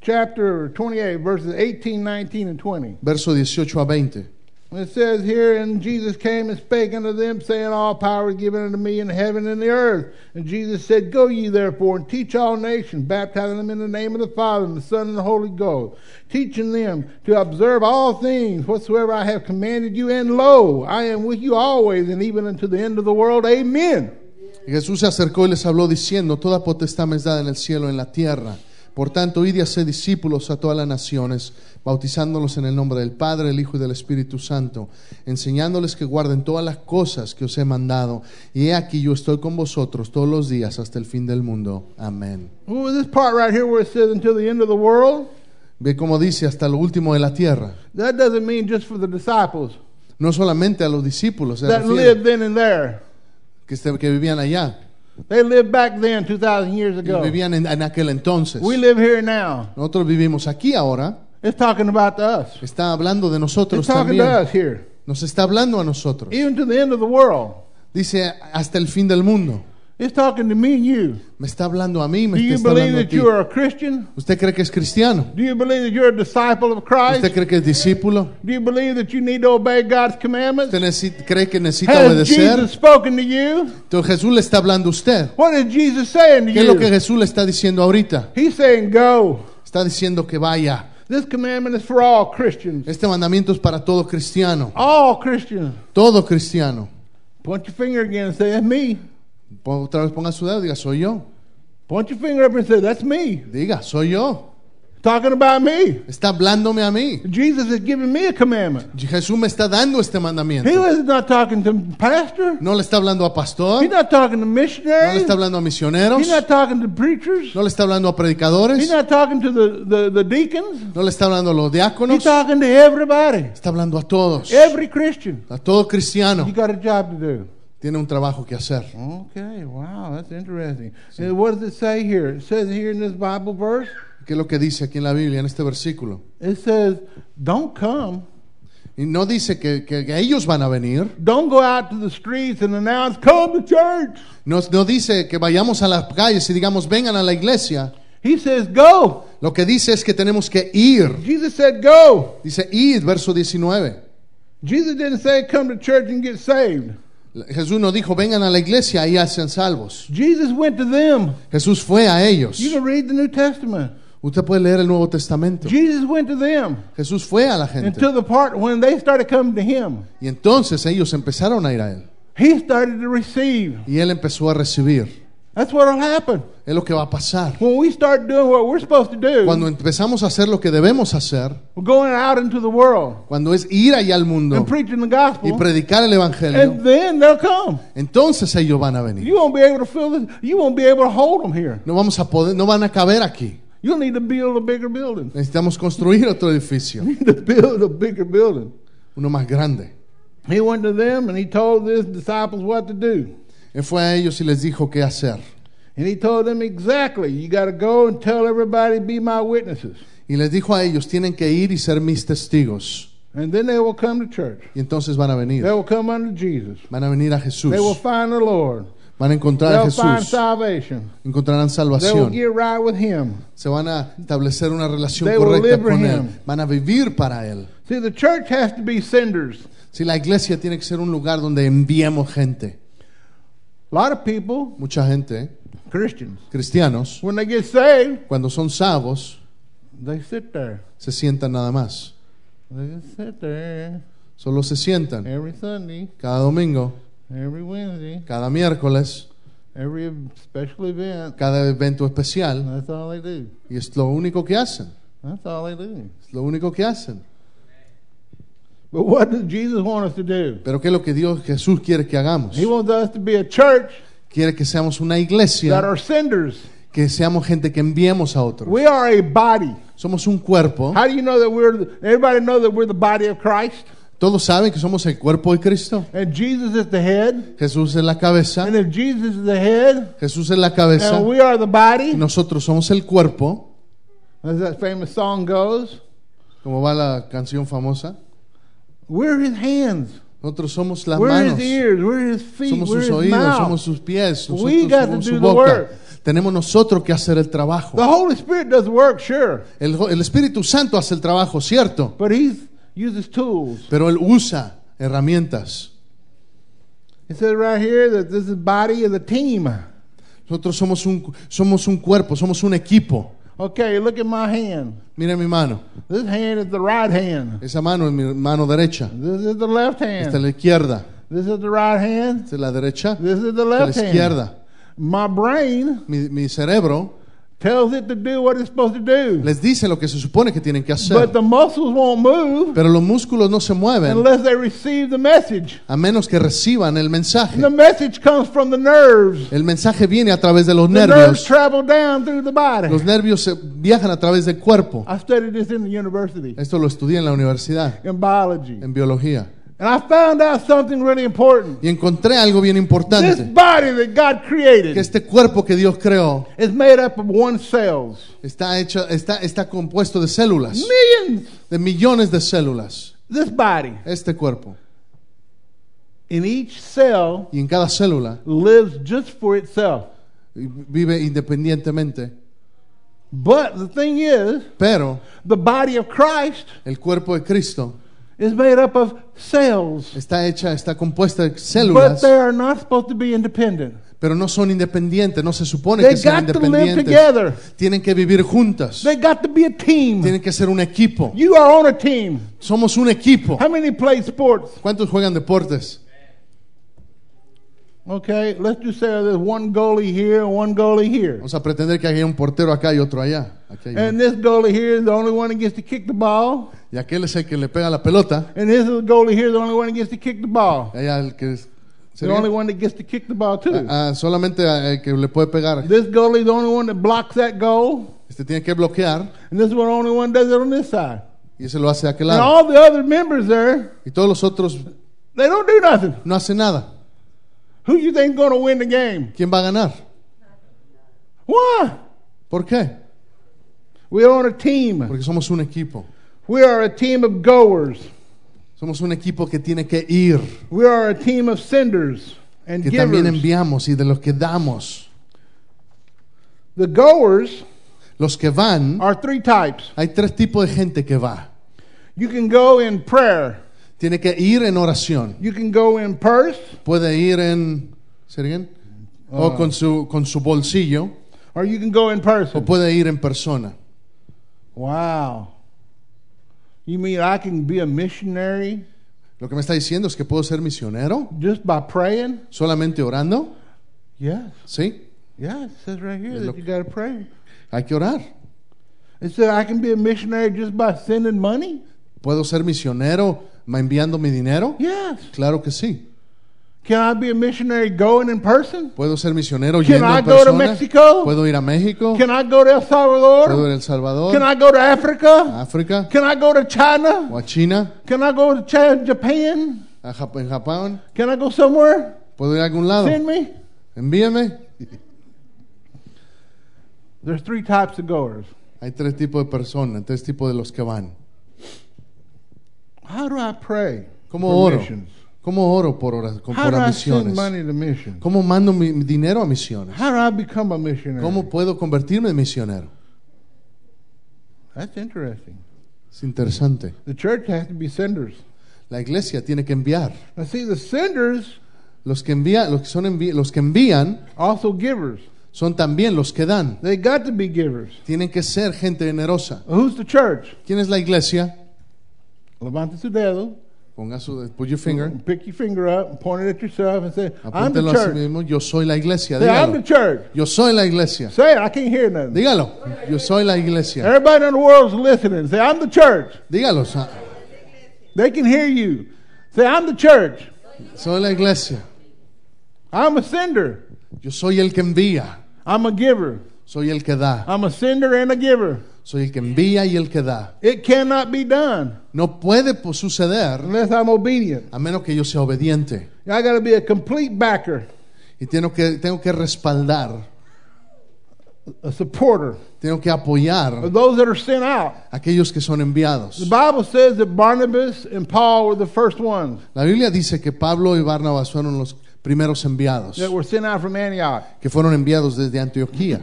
Speaker 2: chapter 28, verses 18, 19, and 20.
Speaker 1: verso 18 a 20.
Speaker 2: It says here, And Jesus came and spake unto them, saying, All power is given unto me in heaven and the earth. And Jesus said, Go ye therefore and teach all nations, baptizing them in the name of the Father, and the Son, and the Holy Ghost, teaching them to observe all things whatsoever I have commanded you. And lo, I am with you always, and even unto the end of the world. Amen.
Speaker 1: Y Jesús se acercó y les habló diciendo, Toda potestad me es dada en el cielo y en la tierra. Por tanto, id y haced discípulos a todas las naciones, bautizándolos en el nombre del Padre, el Hijo y del Espíritu Santo, enseñándoles que guarden todas las cosas que os he mandado. Y he aquí yo estoy con vosotros todos los días hasta el fin del mundo. Amén.
Speaker 2: Ooh, this part right here where it says, Until the end of the world,
Speaker 1: Ve como dice, hasta lo último de la tierra.
Speaker 2: that doesn't mean just for the disciples
Speaker 1: No solamente a los discípulos se
Speaker 2: that
Speaker 1: refiere,
Speaker 2: lived then and there.
Speaker 1: que, se- que vivían allá,
Speaker 2: They lived back then, 2,000 years
Speaker 1: que
Speaker 2: ago.
Speaker 1: vivían en, en aquel entonces.
Speaker 2: We live here now.
Speaker 1: Nosotros vivimos aquí ahora.
Speaker 2: It's talking about to us.
Speaker 1: Está hablando de
Speaker 2: It's
Speaker 1: nosotros
Speaker 2: talking to
Speaker 1: también.
Speaker 2: us here,
Speaker 1: Nos está hablando a nosotros.
Speaker 2: even to the end of the world.
Speaker 1: Dice hasta el fin del mundo.
Speaker 2: It's talking to me and you.
Speaker 1: Me está hablando a mí, me
Speaker 2: Do you
Speaker 1: está
Speaker 2: believe
Speaker 1: hablando a
Speaker 2: that
Speaker 1: ti.
Speaker 2: you are a Christian?
Speaker 1: ¿Usted cree que es cristiano?
Speaker 2: Do you believe that you're a disciple of Christ?
Speaker 1: ¿Usted cree que es discípulo?
Speaker 2: Do you believe that you need to obey God's commandments?
Speaker 1: ¿Usted necesi- cree que necesita
Speaker 2: Has Jesus
Speaker 1: obedecer?
Speaker 2: spoken to you?
Speaker 1: Entonces Jesús le está hablando a usted.
Speaker 2: What is Jesus saying to
Speaker 1: ¿Qué es lo que
Speaker 2: you?
Speaker 1: Jesús le está diciendo ahorita?
Speaker 2: He's saying, Go.
Speaker 1: Está diciendo que vaya.
Speaker 2: This commandment is for all Christians.
Speaker 1: Este mandamiento es para todo cristiano.
Speaker 2: All Christians.
Speaker 1: Todo cristiano.
Speaker 2: Point your finger again and say, That's me.
Speaker 1: Pon- Otra vez ponga su dedo y diga, soy yo.
Speaker 2: Point your finger up and say, That's me.
Speaker 1: Diga, soy yo.
Speaker 2: Talking about me.
Speaker 1: Está hablándome a mí.
Speaker 2: Jesus is giving me a commandment.
Speaker 1: Jesús me está dando este mandamiento.
Speaker 2: He was not talking to pastor.
Speaker 1: No le está hablando a pastor.
Speaker 2: He's not talking to
Speaker 1: No le
Speaker 2: missionaries.
Speaker 1: está hablando a misioneros.
Speaker 2: He's not talking to preachers.
Speaker 1: No le está hablando a predicadores.
Speaker 2: He's not talking to the, the, the deacons.
Speaker 1: No le está hablando a los diáconos.
Speaker 2: He's talking to everybody.
Speaker 1: Está hablando a todos.
Speaker 2: Every Christian.
Speaker 1: A todo cristiano
Speaker 2: You got a job to do.
Speaker 1: tiene un trabajo que hacer.
Speaker 2: Okay, wow, that's interesting. And what does it say here? It says here in this Bible verse,
Speaker 1: ¿Qué es lo que dice aquí en la Biblia, en este versículo?
Speaker 2: it says, don't come.
Speaker 1: Y no dice que, que- que ellos van a venir.
Speaker 2: Don't go out to the streets and announce, come to church.
Speaker 1: No, no dice que vayamos a las calles y digamos, vengan a la iglesia.
Speaker 2: He says, go.
Speaker 1: Lo que dice es que tenemos que ir.
Speaker 2: Jesus said, go.
Speaker 1: Dice, ir, verso 19.
Speaker 2: Jesus didn't say, come to church and get saved.
Speaker 1: Jesús no dijo, vengan a la iglesia y sean salvos.
Speaker 2: Jesus went to them.
Speaker 1: Jesús fue a ellos.
Speaker 2: You can read the New Testament.
Speaker 1: Usted puede leer el Nuevo Testamento.
Speaker 2: Jesus went to them.
Speaker 1: Jesús fue a la
Speaker 2: And
Speaker 1: gente.
Speaker 2: to the part when they started coming to him,
Speaker 1: Y entonces ellos empezaron a ir a él.
Speaker 2: he started to receive.
Speaker 1: Y él empezó a recibir.
Speaker 2: That's what'll happen.
Speaker 1: Es lo que va a pasar.
Speaker 2: When we start doing what we're supposed to do,
Speaker 1: Cuando empezamos a hacer lo que debemos hacer,
Speaker 2: we're going out into the world
Speaker 1: cuando es ir allá al mundo
Speaker 2: and preaching the
Speaker 1: y
Speaker 2: gospel,
Speaker 1: predicar el evangelio,
Speaker 2: and then they'll come.
Speaker 1: entonces ellos van a venir.
Speaker 2: You won't be able to feel this. You won't be able to hold them here.
Speaker 1: No vamos a poder, no van a caber aquí.
Speaker 2: You'll need to build a bigger building.
Speaker 1: Necesitamos construir otro edificio,
Speaker 2: You need to build a bigger building.
Speaker 1: uno más grande.
Speaker 2: He went to them and he told his disciples what to do.
Speaker 1: Él fue a ellos y les dijo qué hacer.
Speaker 2: And he told them exactly, you got to go and tell everybody, be my witnesses.
Speaker 1: Y les dijo a ellos, tienen que ir y ser mis testigos.
Speaker 2: And then they will come to church.
Speaker 1: Y entonces van a venir.
Speaker 2: They will come unto Jesus.
Speaker 1: Van a venir a Jesús.
Speaker 2: They will find the Lord.
Speaker 1: Van a encontrar a
Speaker 2: They'll find
Speaker 1: Jesús.
Speaker 2: salvation.
Speaker 1: Encontrarán
Speaker 2: They will
Speaker 1: salvación.
Speaker 2: get right with Him.
Speaker 1: Se van a establecer una relación
Speaker 2: They will
Speaker 1: correcta
Speaker 2: live
Speaker 1: con
Speaker 2: for
Speaker 1: Él.
Speaker 2: Him.
Speaker 1: Van a vivir para Él.
Speaker 2: See, the church has to be senders.
Speaker 1: Si la iglesia tiene que ser un lugar donde enviemos gente,
Speaker 2: A lot of people,
Speaker 1: mucha gente, ¿eh?
Speaker 2: Christians,
Speaker 1: cristianos,
Speaker 2: when they get saved,
Speaker 1: cuando son salvos,
Speaker 2: they sit there.
Speaker 1: se sientan nada más.
Speaker 2: They just sit there
Speaker 1: Solo se sientan
Speaker 2: every Sunday,
Speaker 1: cada domingo,
Speaker 2: every Wednesday,
Speaker 1: cada miércoles,
Speaker 2: every special event.
Speaker 1: cada evento especial,
Speaker 2: That's all they do.
Speaker 1: y es lo único que hacen.
Speaker 2: That's all they do.
Speaker 1: Es lo único que hacen.
Speaker 2: But what does Jesus want us to do?
Speaker 1: Pero ¿qué es lo que Dios Jesús quiere que hagamos?
Speaker 2: He wants us to be a church
Speaker 1: Quiere que seamos una
Speaker 2: that
Speaker 1: iglesia,
Speaker 2: are senders.
Speaker 1: que seamos gente que enviemos a otros.
Speaker 2: We are a body.
Speaker 1: Somos un cuerpo.
Speaker 2: How do you know that we're? the- Everybody know that we're the body of Christ,
Speaker 1: Todos saben que somos el cuerpo de Cristo.
Speaker 2: and Jesus is the head.
Speaker 1: Jesús es la cabeza.
Speaker 2: And if Jesus is the head,
Speaker 1: Jesús es la cabeza.
Speaker 2: and we are the body,
Speaker 1: Y nosotros somos el cuerpo.
Speaker 2: as that famous song goes,
Speaker 1: Como va la canción famosa.
Speaker 2: we're His hands,
Speaker 1: Nosotros somos las
Speaker 2: we're
Speaker 1: manos.
Speaker 2: His ears, we're His feet,
Speaker 1: Somos
Speaker 2: we're
Speaker 1: sus
Speaker 2: His
Speaker 1: oídos,
Speaker 2: mouth.
Speaker 1: somos sus pies,
Speaker 2: We
Speaker 1: nosotros
Speaker 2: got to
Speaker 1: somos
Speaker 2: do
Speaker 1: su
Speaker 2: the
Speaker 1: boca.
Speaker 2: work.
Speaker 1: Tenemos nosotros que hacer el trabajo.
Speaker 2: The Holy Spirit does the work, sure,
Speaker 1: El, el Espíritu Santo hace el trabajo, cierto,
Speaker 2: but He uses tools.
Speaker 1: pero Él usa herramientas.
Speaker 2: It says right here that this is body of the team.
Speaker 1: Nosotros somos un, somos un cuerpo, somos un equipo.
Speaker 2: Okay, look at my hand.
Speaker 1: Mira mi mano.
Speaker 2: This hand is the right hand.
Speaker 1: Esa mano es mi mano derecha.
Speaker 2: This is the left
Speaker 1: Esta es
Speaker 2: hand.
Speaker 1: la izquierda.
Speaker 2: This is the right hand.
Speaker 1: Esta es la derecha. Esta
Speaker 2: This is the
Speaker 1: es
Speaker 2: left
Speaker 1: la
Speaker 2: hand.
Speaker 1: izquierda.
Speaker 2: My brain
Speaker 1: Mi, mi cerebro
Speaker 2: tells it to do what it's supposed to do.
Speaker 1: les dice lo que se supone que tienen que hacer.
Speaker 2: But the muscles won't move
Speaker 1: Pero los músculos no se mueven
Speaker 2: unless they receive the message.
Speaker 1: a menos que reciban el mensaje.
Speaker 2: The message comes from the nerves.
Speaker 1: El mensaje viene a través de los
Speaker 2: The nerves
Speaker 1: nervios.
Speaker 2: travel down through the body.
Speaker 1: Los nervios se- viajan a través del cuerpo.
Speaker 2: I studied this in the university
Speaker 1: Esto lo estudié en la universidad,
Speaker 2: in biology.
Speaker 1: en biología.
Speaker 2: And I found out something really important.
Speaker 1: Y encontré algo bien
Speaker 2: This
Speaker 1: importante.
Speaker 2: body that God created
Speaker 1: Que este cuerpo que Dios creó
Speaker 2: is made up of one cells.
Speaker 1: está, hecho, está, está compuesto de células,
Speaker 2: Millions.
Speaker 1: de millones de células.
Speaker 2: This body.
Speaker 1: Este cuerpo.
Speaker 2: In each cell
Speaker 1: Y en cada célula
Speaker 2: lives just for itself.
Speaker 1: vive independientemente.
Speaker 2: But the thing is,
Speaker 1: Pero
Speaker 2: the body of Christ
Speaker 1: el cuerpo de Cristo
Speaker 2: is made up of cells.
Speaker 1: está hecha, está compuesta de
Speaker 2: But
Speaker 1: células,
Speaker 2: they are not supposed to be independent.
Speaker 1: pero no son independientes, no se supone
Speaker 2: They
Speaker 1: que sean
Speaker 2: got to live
Speaker 1: independientes.
Speaker 2: together.
Speaker 1: Tienen que vivir juntas.
Speaker 2: They got to be a team.
Speaker 1: Tienen que ser un equipo.
Speaker 2: You are on a team.
Speaker 1: Somos un equipo.
Speaker 2: How many play sports?
Speaker 1: ¿Cuántos juegan deportes?
Speaker 2: Okay, let's just say there's one goalie here and one goalie here.
Speaker 1: Vamos a pretender que hay un portero acá y otro allá. Aquí hay uno.
Speaker 2: And this goalie here is the only one that gets to kick the ball.
Speaker 1: Y aquel es el que le pega la pelota.
Speaker 2: And this is the goalie here, the only one that gets to kick the ball.
Speaker 1: Y allá el que es-
Speaker 2: The
Speaker 1: ¿sería?
Speaker 2: only one that gets to kick the ball, too.
Speaker 1: Ah, solamente a- el que le puede pegar.
Speaker 2: This goalie the only one that blocks that goal,
Speaker 1: Este tiene que bloquear
Speaker 2: and this one only one does it on this side.
Speaker 1: y ese lo hace a aquel
Speaker 2: And
Speaker 1: lado.
Speaker 2: all the other members there,
Speaker 1: Y todos los otros
Speaker 2: they don't do nothing.
Speaker 1: no hacen nada.
Speaker 2: Who you think going to win the game?
Speaker 1: ¿Quién va a ganar?
Speaker 2: Why?
Speaker 1: ¿Por qué?
Speaker 2: We're on a team.
Speaker 1: Porque somos un equipo.
Speaker 2: We are a team of goers.
Speaker 1: Somos un equipo que tiene que ir,
Speaker 2: We are a team of senders and
Speaker 1: que también
Speaker 2: givers.
Speaker 1: enviamos y de los que damos.
Speaker 2: The goers
Speaker 1: Los que van,
Speaker 2: are three types.
Speaker 1: hay tres tipos de gente que va.
Speaker 2: You can go in prayer.
Speaker 1: Tiene que ir en oración.
Speaker 2: You can go in purse,
Speaker 1: Puede ir en... ¿sería bien?
Speaker 2: Ah.
Speaker 1: O con su, con su bolsillo.
Speaker 2: or you can go in
Speaker 1: O
Speaker 2: person.
Speaker 1: puede ir en persona.
Speaker 2: Wow. You mean I can be a missionary
Speaker 1: Lo que me está diciendo es que puedo ser misionero
Speaker 2: just by praying?
Speaker 1: solamente orando.
Speaker 2: Yes.
Speaker 1: ¿Sí?
Speaker 2: Yeah, it says right here
Speaker 1: Es
Speaker 2: that
Speaker 1: lo-
Speaker 2: you got to pray.
Speaker 1: Hay que orar.
Speaker 2: It said I can be a missionary just by sending money.
Speaker 1: ¿Puedo ser misionero ma- enviando mi dinero?
Speaker 2: Yes.
Speaker 1: Claro que sí.
Speaker 2: Can I be a missionary going in person?
Speaker 1: ¿Puedo ser misionero
Speaker 2: Can
Speaker 1: yendo
Speaker 2: I
Speaker 1: en
Speaker 2: go to
Speaker 1: persona?
Speaker 2: Mexico?
Speaker 1: ¿Puedo ir a México?
Speaker 2: Can I go to El
Speaker 1: ¿Puedo ir
Speaker 2: Salvador?
Speaker 1: a El Salvador?
Speaker 2: Can I go to Africa?
Speaker 1: ¿A África?
Speaker 2: Can I go to China?
Speaker 1: ¿O a China?
Speaker 2: Can I go to Ch- Japan?
Speaker 1: ¿A Jap- ¿En Japón?
Speaker 2: Can I go somewhere?
Speaker 1: ¿Puedo ir a algún lado?
Speaker 2: Send me.
Speaker 1: Envíeme.
Speaker 2: There's three types of goers.
Speaker 1: Hay tres tipos de personas, tres tipos de los que van.
Speaker 2: How do I pray
Speaker 1: ¿Cómo
Speaker 2: for
Speaker 1: oro?
Speaker 2: missions?
Speaker 1: ¿Cómo oro por, horas, con-
Speaker 2: How
Speaker 1: por
Speaker 2: do
Speaker 1: a
Speaker 2: I send
Speaker 1: misiones?
Speaker 2: money to missions?
Speaker 1: ¿Cómo mando mi mi dinero a misiones?
Speaker 2: How do I become a missionary?
Speaker 1: ¿Cómo puedo convertirme en misionero?
Speaker 2: That's interesting.
Speaker 1: Es interesante.
Speaker 2: The church has to be senders.
Speaker 1: La iglesia tiene que enviar.
Speaker 2: Now, see, the senders
Speaker 1: Los que envían, los que son envi- los que envían
Speaker 2: also givers.
Speaker 1: son también los que dan.
Speaker 2: They got to be givers.
Speaker 1: Tienen que ser gente generosa.
Speaker 2: Who's the church?
Speaker 1: ¿Quién es la iglesia?
Speaker 2: Levanta su dedo,
Speaker 1: Ponga su put your finger.
Speaker 2: pick your finger up, and point it at yourself, and say, "I'm the
Speaker 1: Apúntelo a sí
Speaker 2: church."
Speaker 1: mismo. Yo soy la iglesia.
Speaker 2: Say, "I'm the
Speaker 1: Dígalo.
Speaker 2: church."
Speaker 1: Yo soy la iglesia.
Speaker 2: Say, it, "I can't hear nothing."
Speaker 1: Dígalo. Yo soy la iglesia.
Speaker 2: Everybody in the world's listening. Say, "I'm the church."
Speaker 1: Dígalo. sa-
Speaker 2: They can hear you. Say, "I'm the church."
Speaker 1: Soy la iglesia.
Speaker 2: I'm a sender.
Speaker 1: Yo soy el que envía.
Speaker 2: I'm a giver.
Speaker 1: Soy el que da.
Speaker 2: I'm a sender and a giver.
Speaker 1: Soy el que envía y el que da.
Speaker 2: It cannot be done
Speaker 1: No puede pues, suceder
Speaker 2: unless I'm obedient.
Speaker 1: a menos que yo sea obediente.
Speaker 2: I got to be a complete backer,
Speaker 1: Y tengo que, tengo que respaldar,
Speaker 2: a supporter
Speaker 1: tengo que apoyar
Speaker 2: of those that are sent out.
Speaker 1: a aquellos que son
Speaker 2: The
Speaker 1: enviados.
Speaker 2: Bible says that Barnabas and Paul were the first ones
Speaker 1: La Biblia dice que Pablo y Barnabas fueron los primeros enviados,
Speaker 2: that were sent out from Antioch.
Speaker 1: que fueron enviados desde Antioquía.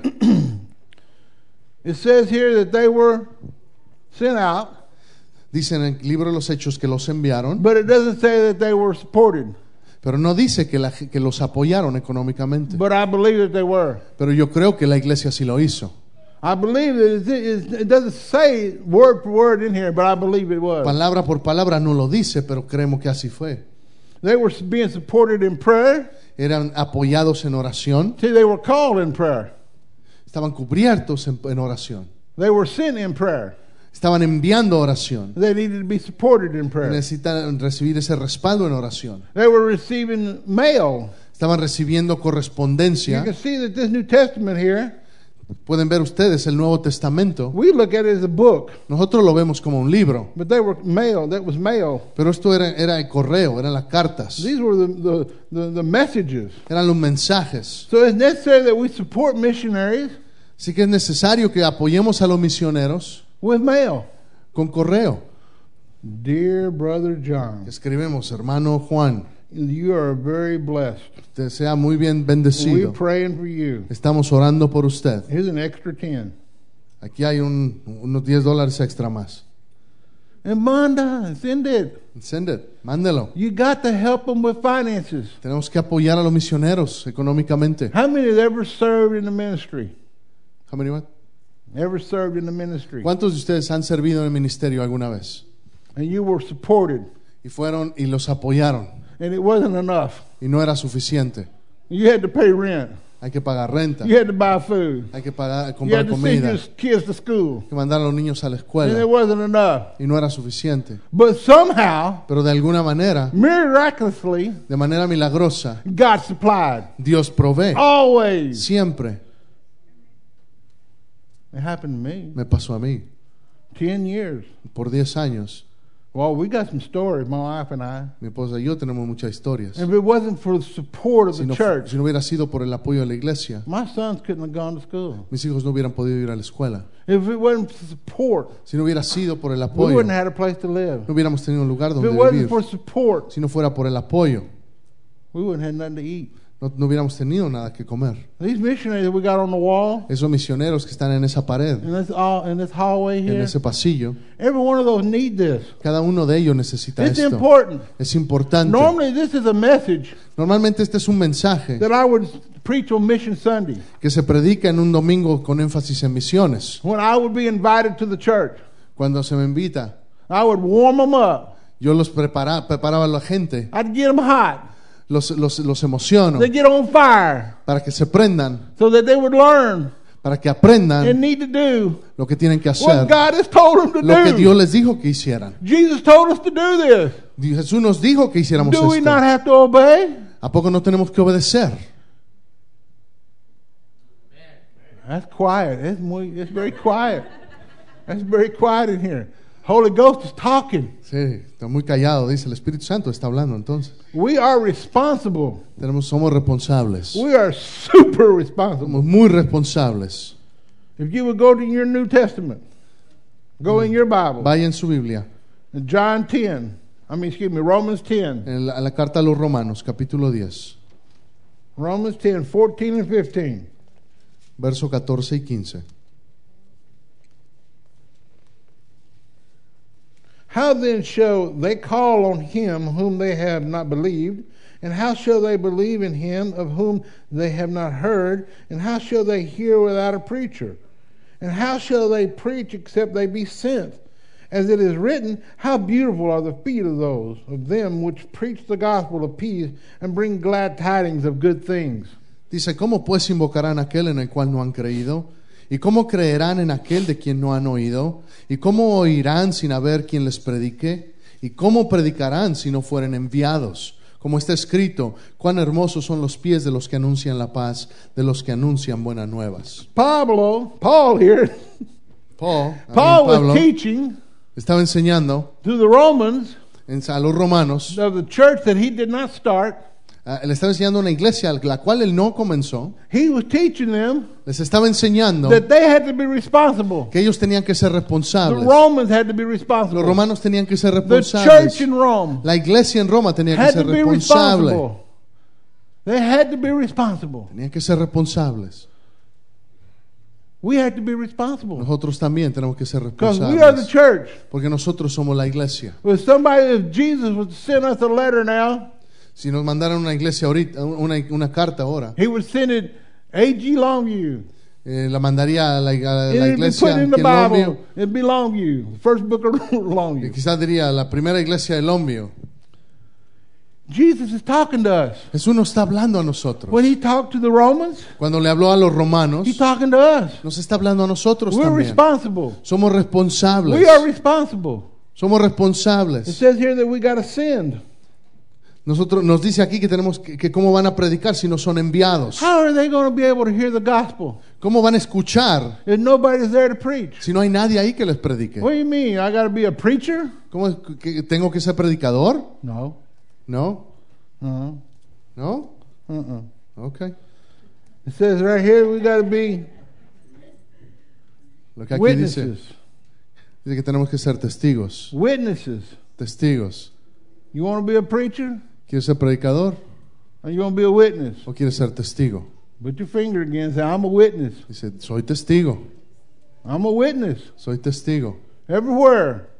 Speaker 2: It says here that they were sent out,
Speaker 1: Dice en el libro de los Hechos que los enviaron,
Speaker 2: but it doesn't say that they were supported.
Speaker 1: pero no dice que, la ge- que los apoyaron económicamente.
Speaker 2: But I believe that they were.
Speaker 1: Pero yo creo que la iglesia sí lo hizo.
Speaker 2: I believe that it, it, it doesn't say word for word in here, but I believe it was.
Speaker 1: Palabra por palabra no lo dice, pero creemos que así fue.
Speaker 2: They were being supported in prayer.
Speaker 1: Eran apoyados en oración,
Speaker 2: See, they were called in prayer.
Speaker 1: estaban cubiertos en, en oración,
Speaker 2: They were sent in prayer.
Speaker 1: estaban enviando oración.
Speaker 2: They needed to be supported in prayer.
Speaker 1: Necesitan recibir ese respaldo en oración.
Speaker 2: They were receiving mail.
Speaker 1: Estaban recibiendo
Speaker 2: You
Speaker 1: correspondencia.
Speaker 2: can see that this New Testament here,
Speaker 1: Pueden ver ustedes el Nuevo Testamento.
Speaker 2: we look at it as a book,
Speaker 1: Nosotros lo vemos como un libro,
Speaker 2: but they were mail. That was mail.
Speaker 1: pero esto era, era el correo, eran las cartas,
Speaker 2: These were the, the, the, the messages.
Speaker 1: eran los mensajes.
Speaker 2: So it's necessary that we support missionaries
Speaker 1: Así que es necesario que apoyemos a los misioneros
Speaker 2: with mail.
Speaker 1: con correo.
Speaker 2: Dear Brother John,
Speaker 1: Escribemos, hermano Juan,
Speaker 2: you are very blessed.
Speaker 1: te sea muy bien
Speaker 2: We're
Speaker 1: bendecido.
Speaker 2: praying for you.
Speaker 1: Estamos orando por usted.
Speaker 2: Here's an extra 10.
Speaker 1: Aquí hay un- unos 10 dólares extra más.
Speaker 2: And Manda, send it.
Speaker 1: Send it, mándelo.
Speaker 2: You got to help them with finances.
Speaker 1: Tenemos que apoyar a los misioneros económicamente.
Speaker 2: How many have ever served in the ministry?
Speaker 1: How many what?
Speaker 2: Ever served in the ministry?
Speaker 1: ¿Cuántos de ustedes han servido en el ministerio alguna vez?
Speaker 2: And you were supported,
Speaker 1: Y fueron y los apoyaron
Speaker 2: and it wasn't enough.
Speaker 1: y no era suficiente.
Speaker 2: You had to pay rent.
Speaker 1: Hay que pagar renta,
Speaker 2: You had to buy food.
Speaker 1: hay que pagar,
Speaker 2: You
Speaker 1: comprar
Speaker 2: had to send
Speaker 1: comida,
Speaker 2: your
Speaker 1: hay
Speaker 2: kids to school.
Speaker 1: que mandar a los niños a la
Speaker 2: And it
Speaker 1: escuela
Speaker 2: wasn't enough.
Speaker 1: y no era suficiente.
Speaker 2: But somehow,
Speaker 1: Pero de alguna manera,
Speaker 2: miraculously,
Speaker 1: de manera milagrosa,
Speaker 2: God supplied.
Speaker 1: Dios provee.
Speaker 2: Oh. Always.
Speaker 1: Siempre
Speaker 2: It happened to me.
Speaker 1: me pasó a mí,
Speaker 2: 10 years.
Speaker 1: por 10 años.
Speaker 2: Well, we got some stories, my wife and I.
Speaker 1: Mi esposa y yo tenemos muchas historias.
Speaker 2: If it wasn't for the support of
Speaker 1: Si
Speaker 2: the
Speaker 1: no,
Speaker 2: church,
Speaker 1: si no hubiera sido por el apoyo de la iglesia,
Speaker 2: my sons couldn't have gone to school.
Speaker 1: mis hijos no hubieran podido ir a la escuela.
Speaker 2: If it wasn't for support,
Speaker 1: Si no hubiera sido por el
Speaker 2: we
Speaker 1: apoyo,
Speaker 2: wouldn't
Speaker 1: no
Speaker 2: have had a place to live.
Speaker 1: hubiéramos tenido un lugar
Speaker 2: If
Speaker 1: donde
Speaker 2: it wasn't
Speaker 1: vivir.
Speaker 2: for support,
Speaker 1: Si no fuera por el apoyo,
Speaker 2: we wouldn't have nothing to eat.
Speaker 1: no, no hubiéramos tenido nada que comer.
Speaker 2: These missionaries that we got on the wall
Speaker 1: Esos misioneros que están en esa pared,
Speaker 2: in this all in this hallway
Speaker 1: en
Speaker 2: here,
Speaker 1: ese pasillo,
Speaker 2: every one of those need this.
Speaker 1: cada uno de ellos necesita
Speaker 2: It's
Speaker 1: esto.
Speaker 2: important.
Speaker 1: Es importante.
Speaker 2: Normally, this is a message
Speaker 1: Normalmente este es un mensaje
Speaker 2: that I would preach on Mission Sunday
Speaker 1: que se predica en un domingo con énfasis en misiones.
Speaker 2: when I would be invited to the church.
Speaker 1: Cuando se me invita,
Speaker 2: I would warm them up.
Speaker 1: yo los prepara- preparaba a la gente,
Speaker 2: I'd get them hot.
Speaker 1: los, los, los emociono
Speaker 2: They get on fire
Speaker 1: para que se prendan,
Speaker 2: so that they would learn
Speaker 1: para que aprendan
Speaker 2: and need to do
Speaker 1: lo que tienen que
Speaker 2: what
Speaker 1: hacer,
Speaker 2: God has told them
Speaker 1: lo
Speaker 2: to
Speaker 1: que
Speaker 2: do.
Speaker 1: Dios les dijo que hicieran.
Speaker 2: Jesus told us to do this.
Speaker 1: Di- Jesús nos dijo que hiciéramos
Speaker 2: Do we
Speaker 1: esto.
Speaker 2: not have to obey?
Speaker 1: ¿A poco no tenemos que obedecer?
Speaker 2: That's quiet. That's, muy, that's very quiet. That's very quiet in here. Holy Ghost is talking.
Speaker 1: Sí, está muy callado, dice el Espíritu Santo, está hablando entonces.
Speaker 2: We are responsible.
Speaker 1: Tenemos, somos responsables,
Speaker 2: We are super responsible.
Speaker 1: somos muy responsables.
Speaker 2: If you would go to your New Testament, go in your Bible,
Speaker 1: Vaya en su Biblia,
Speaker 2: John 10, I mean, excuse me, Romans 10,
Speaker 1: en la, a la carta a los Romanos, capítulo 10,
Speaker 2: Romans 10, 14 and 15.
Speaker 1: verso 14 y 15.
Speaker 2: How then shall they call on him whom they have not believed? And how shall they believe in him of whom they have not heard? And how shall they hear without a preacher? And how shall they preach except they be sent? As it is written, How beautiful are the feet of those of them which preach the gospel of peace and bring glad tidings of good things.
Speaker 1: Dice, ¿cómo pues invocarán aquel en el cual no han creído? ¿Y cómo creerán en aquel de quien no han oído? ¿Y cómo oirán sin haber quien les predique? ¿Y cómo predicarán si no fueren enviados? Como está escrito, cuán hermosos son los pies de los que anuncian la paz, de los que anuncian buenas nuevas.
Speaker 2: Pablo, Paul here,
Speaker 1: Paul, I mean,
Speaker 2: Paul
Speaker 1: Pablo,
Speaker 2: was teaching
Speaker 1: estaba enseñando
Speaker 2: to the Romans
Speaker 1: en- a los romanos,
Speaker 2: of the church that he did not start.
Speaker 1: ah, le estaba enseñando una iglesia a la cual él no comenzó,
Speaker 2: He was teaching them
Speaker 1: les estaba enseñando
Speaker 2: that they had to be responsible.
Speaker 1: que ellos tenían que ser
Speaker 2: The
Speaker 1: responsables.
Speaker 2: Romans had to be
Speaker 1: Los
Speaker 2: responsible.
Speaker 1: romanos tenían que ser
Speaker 2: The
Speaker 1: responsables.
Speaker 2: church in Rome
Speaker 1: La iglesia en Roma tenía que
Speaker 2: had to
Speaker 1: ser
Speaker 2: be
Speaker 1: responsable.
Speaker 2: responsible. They had to be responsible.
Speaker 1: Tenían que ser responsables.
Speaker 2: We had to be responsible
Speaker 1: Nosotros también tenemos que ser
Speaker 2: because we are the
Speaker 1: responsables.
Speaker 2: church.
Speaker 1: Porque nosotros somos la iglesia.
Speaker 2: If somebody, if Jesus would send us a letter now,
Speaker 1: Si nos mandaran una iglesia ahorita, una, una carta ahora,
Speaker 2: he would send it A.G. Longview.
Speaker 1: eh, la mandaría a la, a la
Speaker 2: It would be
Speaker 1: iglesia
Speaker 2: put in the
Speaker 1: que en Longview,
Speaker 2: Bible. It'd be Longview, the first book of
Speaker 1: que
Speaker 2: Longview.
Speaker 1: quizás diría la primera iglesia de Lombio.
Speaker 2: Jesus is talking to us.
Speaker 1: Jesús nos está hablando a nosotros.
Speaker 2: When he talked to the Romans,
Speaker 1: Cuando le habló a los romanos,
Speaker 2: he's talking to us.
Speaker 1: nos está hablando a nosotros
Speaker 2: We're
Speaker 1: también.
Speaker 2: responsible.
Speaker 1: Somos responsables.
Speaker 2: We are responsible.
Speaker 1: Somos
Speaker 2: It
Speaker 1: responsables.
Speaker 2: says here that we got to send.
Speaker 1: Nosotros nos dice aquí que tenemos que, que cómo van a predicar si no son enviados.
Speaker 2: How are they going to be able to hear the gospel
Speaker 1: ¿Cómo van a escuchar
Speaker 2: if nobody's there to preach?
Speaker 1: si no hay nadie ahí que les predique?
Speaker 2: What do you mean? I got to be a preacher?
Speaker 1: ¿Cómo es que tengo que ser predicador?
Speaker 2: No.
Speaker 1: No,
Speaker 2: Uh-uh.
Speaker 1: no,
Speaker 2: Uh-uh.
Speaker 1: ok.
Speaker 2: It says right here we got to be
Speaker 1: Lo que aquí dice,
Speaker 2: witnesses.
Speaker 1: dice que tenemos que ser testigos,
Speaker 2: Witnesses.
Speaker 1: testigos.
Speaker 2: You want to be a preacher
Speaker 1: ¿Quieres ser predicador
Speaker 2: or you want to be a witness?
Speaker 1: o quieres ser testigo?
Speaker 2: Put your finger again and say, I'm a witness.
Speaker 1: Dice, soy testigo,
Speaker 2: I'm a witness.
Speaker 1: soy testigo.
Speaker 2: Everywhere.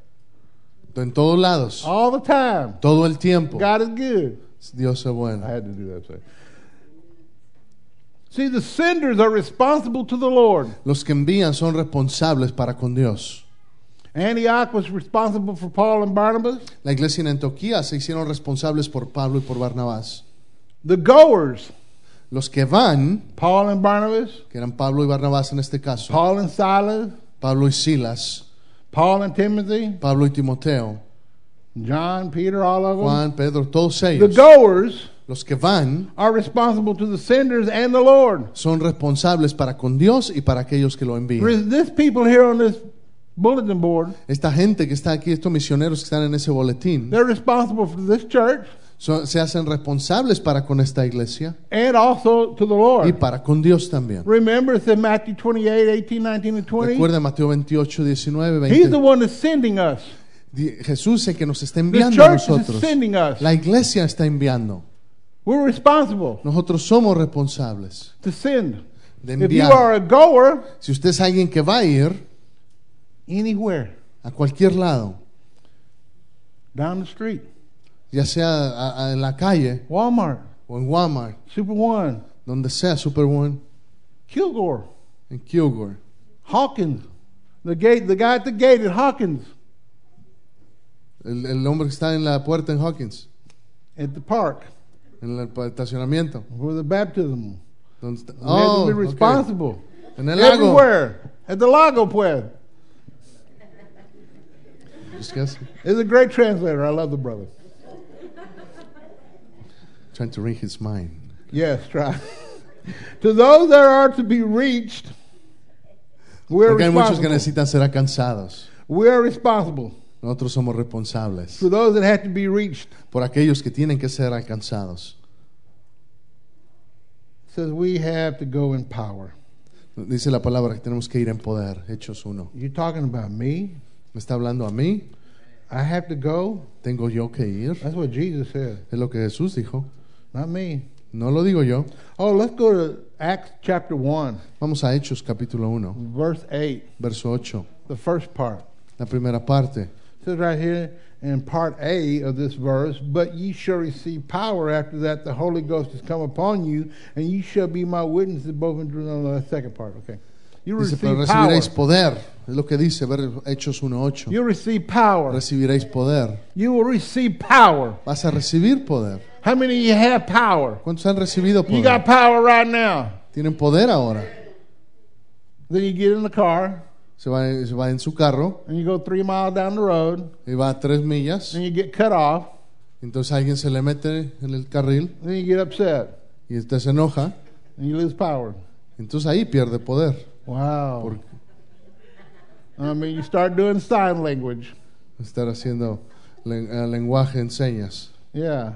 Speaker 1: En todos lados,
Speaker 2: All the time.
Speaker 1: todo el tiempo.
Speaker 2: God is good.
Speaker 1: Dios es
Speaker 2: I
Speaker 1: bueno.
Speaker 2: had to do that. Sorry. See, the senders are responsible to the Lord.
Speaker 1: Los que envían son responsables para con Dios.
Speaker 2: Antioch was responsible for Paul and Barnabas.
Speaker 1: La iglesia en Antioquía se hicieron responsables por Pablo y por Barnabás.
Speaker 2: The goers,
Speaker 1: Los que van,
Speaker 2: Paul and Barnabas,
Speaker 1: que eran Pablo y Barnabás en este caso,
Speaker 2: Paul and Silas,
Speaker 1: Pablo y Silas,
Speaker 2: Paul and Timothy,
Speaker 1: Pablo y Timoteo,
Speaker 2: John, Peter, all of them.
Speaker 1: Juan, Pedro, todos
Speaker 2: The
Speaker 1: ellos,
Speaker 2: goers
Speaker 1: los que van,
Speaker 2: are responsible to the senders and the Lord.
Speaker 1: son responsables para con Dios y para aquellos que lo envían.
Speaker 2: This people here on this bulletin board,
Speaker 1: Esta gente que está aquí, estos misioneros que están en ese boletín,
Speaker 2: they're responsible for this church
Speaker 1: son- se hacen responsables para con esta iglesia
Speaker 2: and also to the
Speaker 1: y
Speaker 2: Lord.
Speaker 1: para con Dios también.
Speaker 2: Remember, it's in Matthew 28, 18, 19, and 20.
Speaker 1: Recuerda Mateo 28, 19,
Speaker 2: He's the
Speaker 1: 20.
Speaker 2: one that's sending us.
Speaker 1: Di- Jesús es el que nos está
Speaker 2: The
Speaker 1: enviando a
Speaker 2: church is
Speaker 1: nosotros.
Speaker 2: sending us.
Speaker 1: La iglesia está enviando.
Speaker 2: We're responsible
Speaker 1: Nosotros somos responsables
Speaker 2: to send.
Speaker 1: de
Speaker 2: If you are
Speaker 1: enviar.
Speaker 2: a goer,
Speaker 1: Si usted es alguien que va a ir
Speaker 2: anywhere
Speaker 1: a cualquier lado,
Speaker 2: down the street,
Speaker 1: ya sea a- a- en la calle
Speaker 2: Walmart,
Speaker 1: o en Walmart,
Speaker 2: Super One,
Speaker 1: donde sea Superwoman,
Speaker 2: Kilgore,
Speaker 1: en Kilgore,
Speaker 2: Hawkins, the gate, the guy at the gate at Hawkins
Speaker 1: el, el hombre que está en la puerta en Hawkins,
Speaker 2: at the park,
Speaker 1: en el estacionamiento.
Speaker 2: for the baptism.
Speaker 1: Donde está-
Speaker 2: We have
Speaker 1: Oh,
Speaker 2: to be
Speaker 1: ok.
Speaker 2: responsible.
Speaker 1: En el lago.
Speaker 2: Everywhere. At the Lago Pueb.
Speaker 1: Just guessing.
Speaker 2: He's a great translator. I love the brother.
Speaker 1: Trying to read his mind.
Speaker 2: Yes, try. to those that are to be reached, we're
Speaker 1: Porque hay muchos que
Speaker 2: responsible.
Speaker 1: necesitan ser alcanzados.
Speaker 2: We are responsible
Speaker 1: Nosotros somos responsables
Speaker 2: for those that have to be reached.
Speaker 1: por aquellos que tienen que ser alcanzados.
Speaker 2: It says we have to go in power.
Speaker 1: Dice la palabra que tenemos que ir en poder. Hechos 1.
Speaker 2: You're talking about me?
Speaker 1: ¿Me está hablando a mí?
Speaker 2: I have to go?
Speaker 1: ¿Tengo yo que ir?
Speaker 2: That's what Jesus said,
Speaker 1: Es lo que Jesús dijo.
Speaker 2: not me.
Speaker 1: No lo digo yo.
Speaker 2: Oh, let's go to Acts chapter 1,
Speaker 1: Vamos a Hechos capítulo 1,
Speaker 2: verse 8,
Speaker 1: verso 8.
Speaker 2: the first part.
Speaker 1: La primera parte.
Speaker 2: It says right here in part A of this verse, but ye shall receive power after that the Holy Ghost has come upon you, and ye shall be my witnesses both in no, no, that second part, okay. You
Speaker 1: Dice, pero
Speaker 2: receive power.
Speaker 1: recibiréis poder. Es lo que dice ver Hechos 1.8.
Speaker 2: You receive power.
Speaker 1: Recibiréis poder.
Speaker 2: You will receive power.
Speaker 1: Vas a recibir poder.
Speaker 2: How many of you have power?
Speaker 1: ¿Cuántos han recibido
Speaker 2: You got
Speaker 1: poder?
Speaker 2: power right now.
Speaker 1: Tienen poder ahora.
Speaker 2: Then you get in the car
Speaker 1: Se va, se va en su carro
Speaker 2: and you go three miles down the road
Speaker 1: y va a tres millas.
Speaker 2: and you get cut off.
Speaker 1: Entonces alguien se le mete en el carril
Speaker 2: Then you get upset
Speaker 1: y usted se enoja.
Speaker 2: and you lose power.
Speaker 1: Entonces ahí pierde poder.
Speaker 2: Wow.
Speaker 1: Por
Speaker 2: I mean, you start doing sign language.
Speaker 1: estar haciendo len- eh, lenguaje en señas.
Speaker 2: Yeah.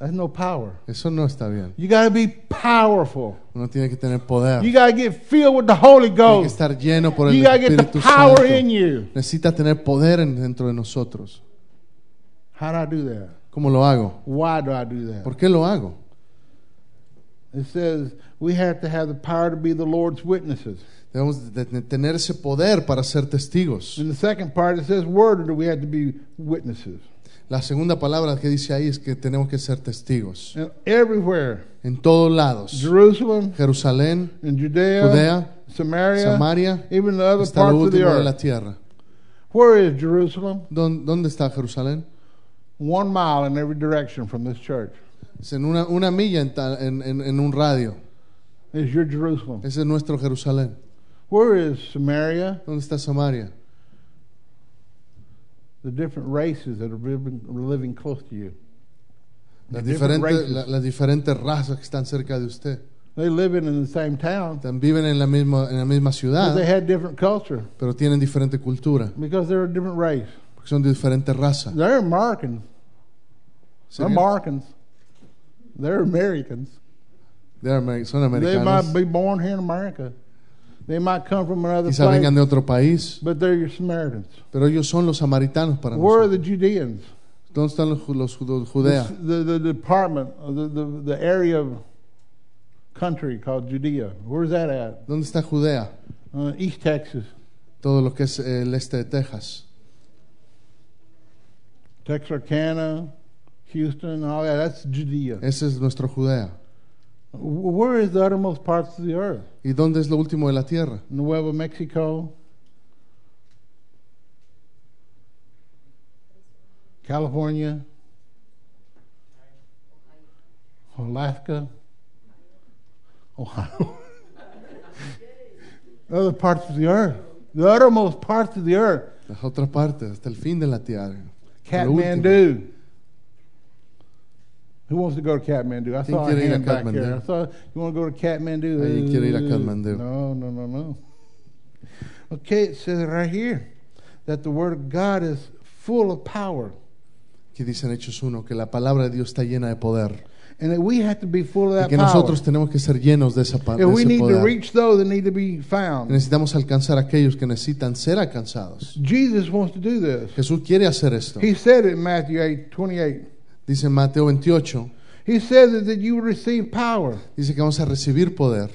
Speaker 2: That's no power.
Speaker 1: Eso no está bien.
Speaker 2: You got to be powerful.
Speaker 1: Uno tiene que tener
Speaker 2: You
Speaker 1: poder.
Speaker 2: got to get filled with the Holy
Speaker 1: Tiene que
Speaker 2: Ghost.
Speaker 1: estar lleno por el
Speaker 2: You got to get the
Speaker 1: Espíritu
Speaker 2: power
Speaker 1: Santo.
Speaker 2: in you.
Speaker 1: Necesita tener poder en- dentro de nosotros.
Speaker 2: How do I do that?
Speaker 1: ¿Cómo lo hago?
Speaker 2: Why do I do that?
Speaker 1: ¿Por qué lo hago?
Speaker 2: It says we have to have the power to be the Lord's witnesses.
Speaker 1: Debemos de de tener ese poder para ser testigos.
Speaker 2: In the second part, it says worded we have to be witnesses.
Speaker 1: La segunda palabra que dice ahí es que tenemos que ser testigos.
Speaker 2: And everywhere,
Speaker 1: En todos lados.
Speaker 2: Jerusalem
Speaker 1: Jerusalén,
Speaker 2: and Judea,
Speaker 1: Judea,
Speaker 2: Samaria,
Speaker 1: Samaria,
Speaker 2: even the other
Speaker 1: hasta lo
Speaker 2: parts of the
Speaker 1: último de
Speaker 2: earth.
Speaker 1: la tierra.
Speaker 2: Where is Jerusalem?
Speaker 1: ¿Dó- ¿Dónde está Jerusalén?
Speaker 2: One mile in every direction from this church
Speaker 1: Es en una, una milla en, ta- en- en- en un radio.
Speaker 2: is your Jerusalem.
Speaker 1: Ese es nuestro Jerusalén.
Speaker 2: Where is Samaria?
Speaker 1: ¿Dónde está Samaria?
Speaker 2: The different races that are living, living close to you. The
Speaker 1: Las
Speaker 2: different
Speaker 1: diferentes,
Speaker 2: races.
Speaker 1: la- las diferentes razas que están cerca de usted.
Speaker 2: They live in the same town,
Speaker 1: Tan- Viven en la misma, en la misma
Speaker 2: but they
Speaker 1: ciudad,
Speaker 2: had different culture
Speaker 1: pero tienen diferente cultura,
Speaker 2: because they're a different race.
Speaker 1: porque son de diferente raza.
Speaker 2: They're Americans.
Speaker 1: Son
Speaker 2: They're Americans. They're Americans.
Speaker 1: son
Speaker 2: They might
Speaker 1: americanos.
Speaker 2: be born here in America. They might come from another
Speaker 1: Quizá
Speaker 2: place,
Speaker 1: vengan de otro país,
Speaker 2: but they're your Samaritans.
Speaker 1: pero ellos son los samaritanos para
Speaker 2: Where are
Speaker 1: nosotros.
Speaker 2: the Judeans?
Speaker 1: ¿Dónde están los, ju- los ju- los judeas?
Speaker 2: The, the, the department, uh, the, the, the area of country called Judea. Where's that at?
Speaker 1: ¿Dónde está Judea?
Speaker 2: Uh, East Texas.
Speaker 1: Todo lo que es eh, el este de Texas.
Speaker 2: Texarkana, Houston, all that. That's Judea.
Speaker 1: Ese es nuestro Judea.
Speaker 2: Wh- Where is the uttermost parts of the earth?
Speaker 1: ¿Y dónde es lo último de la tierra?
Speaker 2: Nuevo Mexico, California, Alaska, Ohio. Other parts of the earth, the uttermost parts of the earth.
Speaker 1: Las otras partes, hasta el fin de la tierra. Lo último.
Speaker 2: Kathmandu. Who wants to go to Kathmandu? I
Speaker 1: ¿Quién
Speaker 2: saw a
Speaker 1: quiere ir a
Speaker 2: hand back here.
Speaker 1: Kathmandu?
Speaker 2: I saw you want to go to Kathmandu.
Speaker 1: Alguien quiere ir a Kathmandu.
Speaker 2: No, no, no, no. Okay, it says right here that the word of God is full of power,
Speaker 1: Aquí dice en Hechos 1 que la palabra de Dios está llena de poder.
Speaker 2: and that we have to be full of
Speaker 1: Y
Speaker 2: that
Speaker 1: que
Speaker 2: power.
Speaker 1: nosotros tenemos que ser llenos de, esa, pa- de
Speaker 2: and we
Speaker 1: ese
Speaker 2: need to
Speaker 1: poder.
Speaker 2: reach those that need to be found.
Speaker 1: Necesitamos alcanzar a aquellos que necesitan ser alcanzados.
Speaker 2: Jesus wants to do this.
Speaker 1: Jesús quiere hacer esto.
Speaker 2: He said it in Matthew 8, 28.
Speaker 1: Dice en Mateo 28,
Speaker 2: He says it that you will receive power.
Speaker 1: dice que vamos a recibir poder.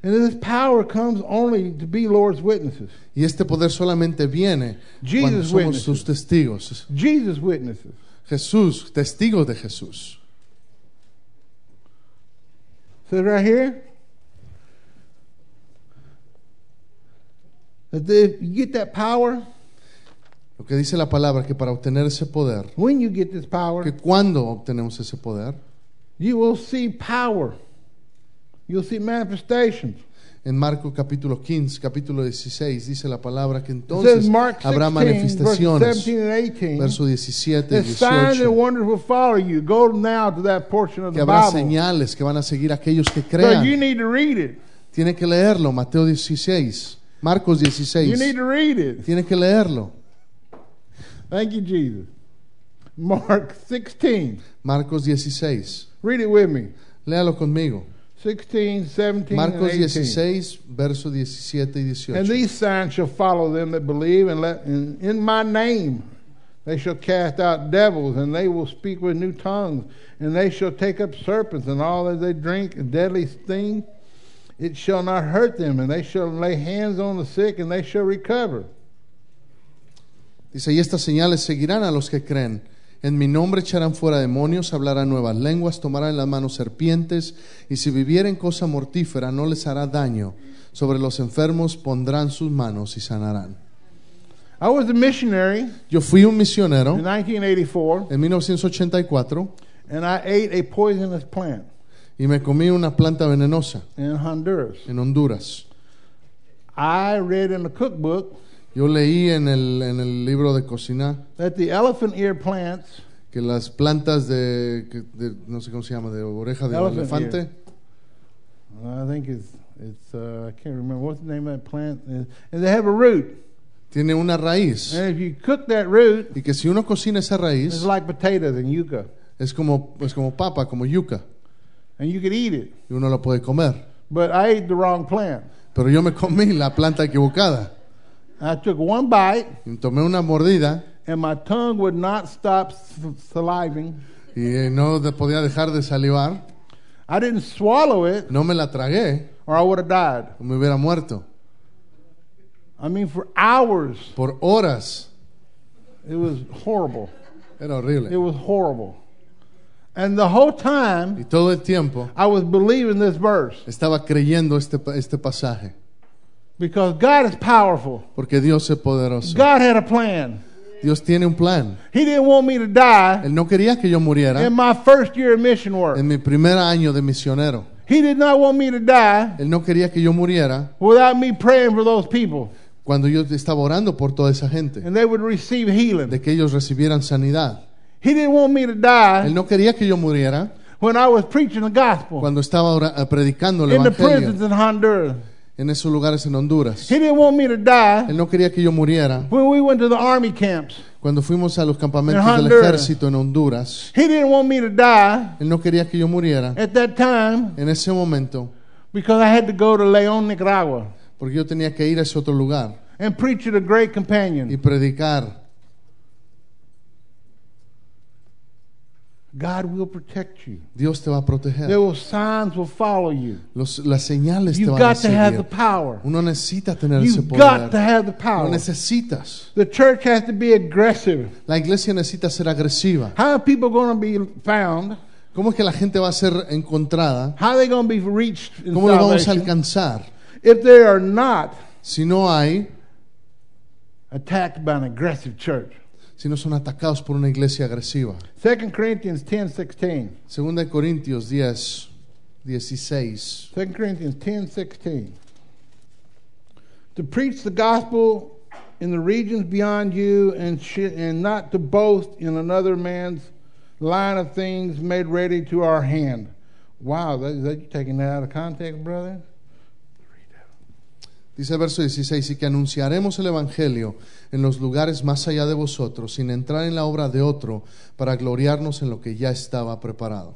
Speaker 2: And this power comes only to be Lord's witnesses.
Speaker 1: Y este poder solamente viene cuando
Speaker 2: Jesus
Speaker 1: somos
Speaker 2: witnesses.
Speaker 1: sus testigos.
Speaker 2: Jesus witnesses.
Speaker 1: Jesús, testigos de Jesús.
Speaker 2: Says right here that if you get that power,
Speaker 1: Lo que dice la palabra, que para obtener ese poder,
Speaker 2: When you get this power,
Speaker 1: que cuando obtenemos ese poder,
Speaker 2: you will see power. You'll see manifestations.
Speaker 1: en Marco capítulo 15, capítulo 16, dice la palabra que
Speaker 2: It says
Speaker 1: entonces
Speaker 2: Mark 16,
Speaker 1: habrá
Speaker 2: verses
Speaker 1: manifestaciones.
Speaker 2: 17 and 18.
Speaker 1: Verso 17 y
Speaker 2: The signs and
Speaker 1: 18.
Speaker 2: wonders will follow you. Go now to that portion of
Speaker 1: Que
Speaker 2: the
Speaker 1: habrá
Speaker 2: Bible.
Speaker 1: señales que van a seguir aquellos que
Speaker 2: So you
Speaker 1: crean.
Speaker 2: need to read it.
Speaker 1: Tiene que leerlo, Mateo 16, Marcos
Speaker 2: You need
Speaker 1: 16.
Speaker 2: to read it.
Speaker 1: Tiene que leerlo.
Speaker 2: Thank you, Jesus. Mark 16.
Speaker 1: Marcos 16.
Speaker 2: Read it with me.
Speaker 1: Léalo conmigo.
Speaker 2: 16, 17,
Speaker 1: Marcos
Speaker 2: and 18.
Speaker 1: 16, verso 17 y
Speaker 2: And
Speaker 1: 18.
Speaker 2: these signs shall follow them that believe, and let and in my name they shall cast out devils, and they will speak with new tongues, and they shall take up serpents, and all that they drink a deadly thing, it shall not hurt them, and they shall lay hands on the sick, and they shall recover.
Speaker 1: Dice, y estas señales seguirán a los que creen. En mi nombre echarán fuera demonios, hablarán nuevas lenguas, tomarán en las manos serpientes, y si vivieren cosa mortífera no les hará daño. Sobre los enfermos pondrán sus manos y sanarán.
Speaker 2: I was a missionary in
Speaker 1: Yo fui un misionero
Speaker 2: 1984,
Speaker 1: en 1984
Speaker 2: and I ate a poisonous plant
Speaker 1: y me comí una planta venenosa
Speaker 2: in Honduras.
Speaker 1: en Honduras.
Speaker 2: I read in the cookbook
Speaker 1: Yo leí en el, en el libro de cocina
Speaker 2: that the elephant ear plants
Speaker 1: que las plantas de, que- de- no sé cómo se llama, de oreja de
Speaker 2: Elephant
Speaker 1: elefante,
Speaker 2: ear. I think it's it's uh, I can't remember what's the name of that plant, and they have a root.
Speaker 1: tiene una raíz.
Speaker 2: And if you cook that root,
Speaker 1: Y que si uno cocina esa raíz,
Speaker 2: it's like potatoes and yuca,
Speaker 1: es como, es como papa, como yuca,
Speaker 2: and you could eat it.
Speaker 1: y uno la puede comer.
Speaker 2: But I ate the wrong plant.
Speaker 1: Pero yo me comí la planta equivocada.
Speaker 2: I took one bite,
Speaker 1: Y tomé una mordida
Speaker 2: and my tongue would not stop s- saliving.
Speaker 1: y eh, no de- podía dejar de salivar.
Speaker 2: I didn't swallow it,
Speaker 1: No me la tragué,
Speaker 2: or I would have died.
Speaker 1: me hubiera muerto.
Speaker 2: I mean, for hours,
Speaker 1: Por horas.
Speaker 2: it was horrible.
Speaker 1: Era
Speaker 2: It
Speaker 1: horrible.
Speaker 2: was horrible. And the whole time,
Speaker 1: Y todo el tiempo
Speaker 2: I was believing this verse
Speaker 1: estaba creyendo este, pa- este pasaje.
Speaker 2: because God is powerful.
Speaker 1: Porque Dios es poderoso.
Speaker 2: God had a plan.
Speaker 1: Dios tiene un plan.
Speaker 2: He didn't want me to die
Speaker 1: Él no quería que yo muriera
Speaker 2: in my first year of mission work.
Speaker 1: en mi primer año de misionero.
Speaker 2: He did not want me to die
Speaker 1: Él no quería que yo muriera
Speaker 2: without me praying for those people
Speaker 1: cuando yo estaba orando por toda esa gente,
Speaker 2: and they would receive healing.
Speaker 1: de que ellos recibieran sanidad.
Speaker 2: He didn't want me to
Speaker 1: Él
Speaker 2: die
Speaker 1: no quería que yo muriera
Speaker 2: when I was preaching the gospel
Speaker 1: cuando estaba ora- eh, predicando el
Speaker 2: in the prisons
Speaker 1: Evangelio
Speaker 2: in Honduras.
Speaker 1: en esos lugares en Honduras.
Speaker 2: He didn't want me to die
Speaker 1: Él no quería que yo muriera
Speaker 2: when we went to the army camps.
Speaker 1: cuando fuimos a los campamentos
Speaker 2: En
Speaker 1: del
Speaker 2: Honduras.
Speaker 1: ejército en Honduras.
Speaker 2: He didn't want me to die
Speaker 1: Él no quería que yo muriera
Speaker 2: at that time
Speaker 1: en ese momento
Speaker 2: because I had to go to Leon, Nicaragua
Speaker 1: porque yo tenía que ir a ese otro lugar
Speaker 2: and preach at a great companion.
Speaker 1: y predicar.
Speaker 2: God will protect you.
Speaker 1: Dios te va a proteger.
Speaker 2: There will signs will follow you.
Speaker 1: Los- las señales te
Speaker 2: You've
Speaker 1: van a
Speaker 2: got to have the
Speaker 1: seguir.
Speaker 2: power.
Speaker 1: Uno necesita tener ese
Speaker 2: You've got to
Speaker 1: poder.
Speaker 2: have the
Speaker 1: Lo
Speaker 2: power.
Speaker 1: necesitas.
Speaker 2: The church has to be aggressive.
Speaker 1: La iglesia necesita ser agresiva.
Speaker 2: How are people going to be found?
Speaker 1: ¿Cómo es que la gente va a ser encontrada?
Speaker 2: How are they going to be reached in
Speaker 1: ¿Cómo lo vamos a
Speaker 2: salvation
Speaker 1: alcanzar?
Speaker 2: if they are not
Speaker 1: si no hay,
Speaker 2: attacked by an aggressive church?
Speaker 1: si no son atacados por una iglesia agresiva.
Speaker 2: 2 Corinthians 10 16.
Speaker 1: Segunda de Corintios 10, 16.
Speaker 2: 2 Corinthians 10 16. To preach the gospel in the regions beyond you and, sh- and not to boast in another man's line of things made ready to our hand. Wow, that, that, you taking that out of context, brother?
Speaker 1: Dice el verso 16, y que anunciaremos el Evangelio en los lugares más allá de vosotros, sin entrar en la obra de otro, para gloriarnos en lo que ya estaba preparado.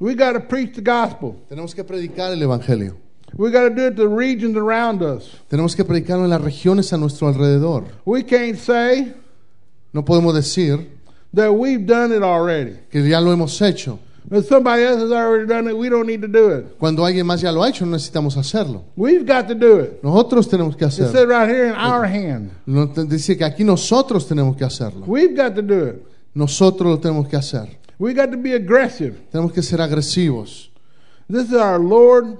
Speaker 2: We got to preach the gospel.
Speaker 1: Tenemos que predicar el Evangelio.
Speaker 2: We got to do it to the regions around us.
Speaker 1: Tenemos que predicarlo en las regiones a nuestro alrededor.
Speaker 2: We can't say
Speaker 1: No podemos decir
Speaker 2: that we've done it already.
Speaker 1: que ya lo hemos hecho.
Speaker 2: If somebody else has already done it, we don't need to do it.
Speaker 1: Cuando alguien más ya lo ha hecho, no necesitamos hacerlo.
Speaker 2: We've got to do it.
Speaker 1: Nosotros tenemos que
Speaker 2: It said
Speaker 1: hacerlo.
Speaker 2: right here in our hand.
Speaker 1: No, te- Dice que aquí nosotros tenemos que hacerlo.
Speaker 2: We've got to do it.
Speaker 1: Nosotros lo tenemos que hacer.
Speaker 2: We got to be aggressive.
Speaker 1: Tenemos que ser agresivos.
Speaker 2: This is our Lord.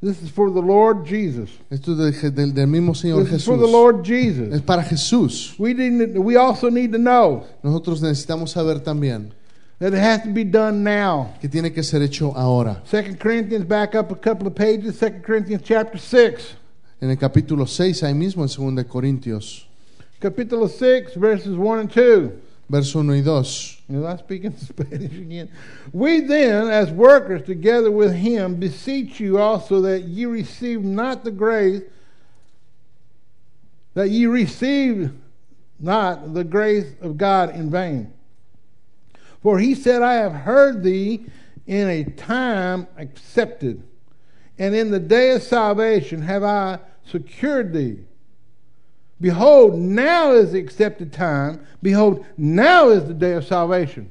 Speaker 2: This is for the Lord Jesus.
Speaker 1: Esto es de Je- del, del mismo Señor
Speaker 2: This is for
Speaker 1: Jesús.
Speaker 2: the Lord
Speaker 1: Es
Speaker 2: Jesus.
Speaker 1: para Jesús.
Speaker 2: We didn't. We also need to know
Speaker 1: Nosotros necesitamos saber también
Speaker 2: that it has to be done now.
Speaker 1: que tiene que ser hecho ahora.
Speaker 2: Second Corinthians, back up a couple of pages. Second Corinthians, chapter six,
Speaker 1: En el capítulo 6, ahí mismo en 2 de Corintios,
Speaker 2: capítulo six, verses one and two.
Speaker 1: verso 1 y 2.
Speaker 2: And I speak in Spanish again. We then, as workers together with him, beseech you also that ye receive not the grace, that ye receive not the grace of God in vain. For he said, I have heard thee in a time accepted, and in the day of salvation have I secured thee. Behold, now is the accepted time. Behold, now is the day of salvation.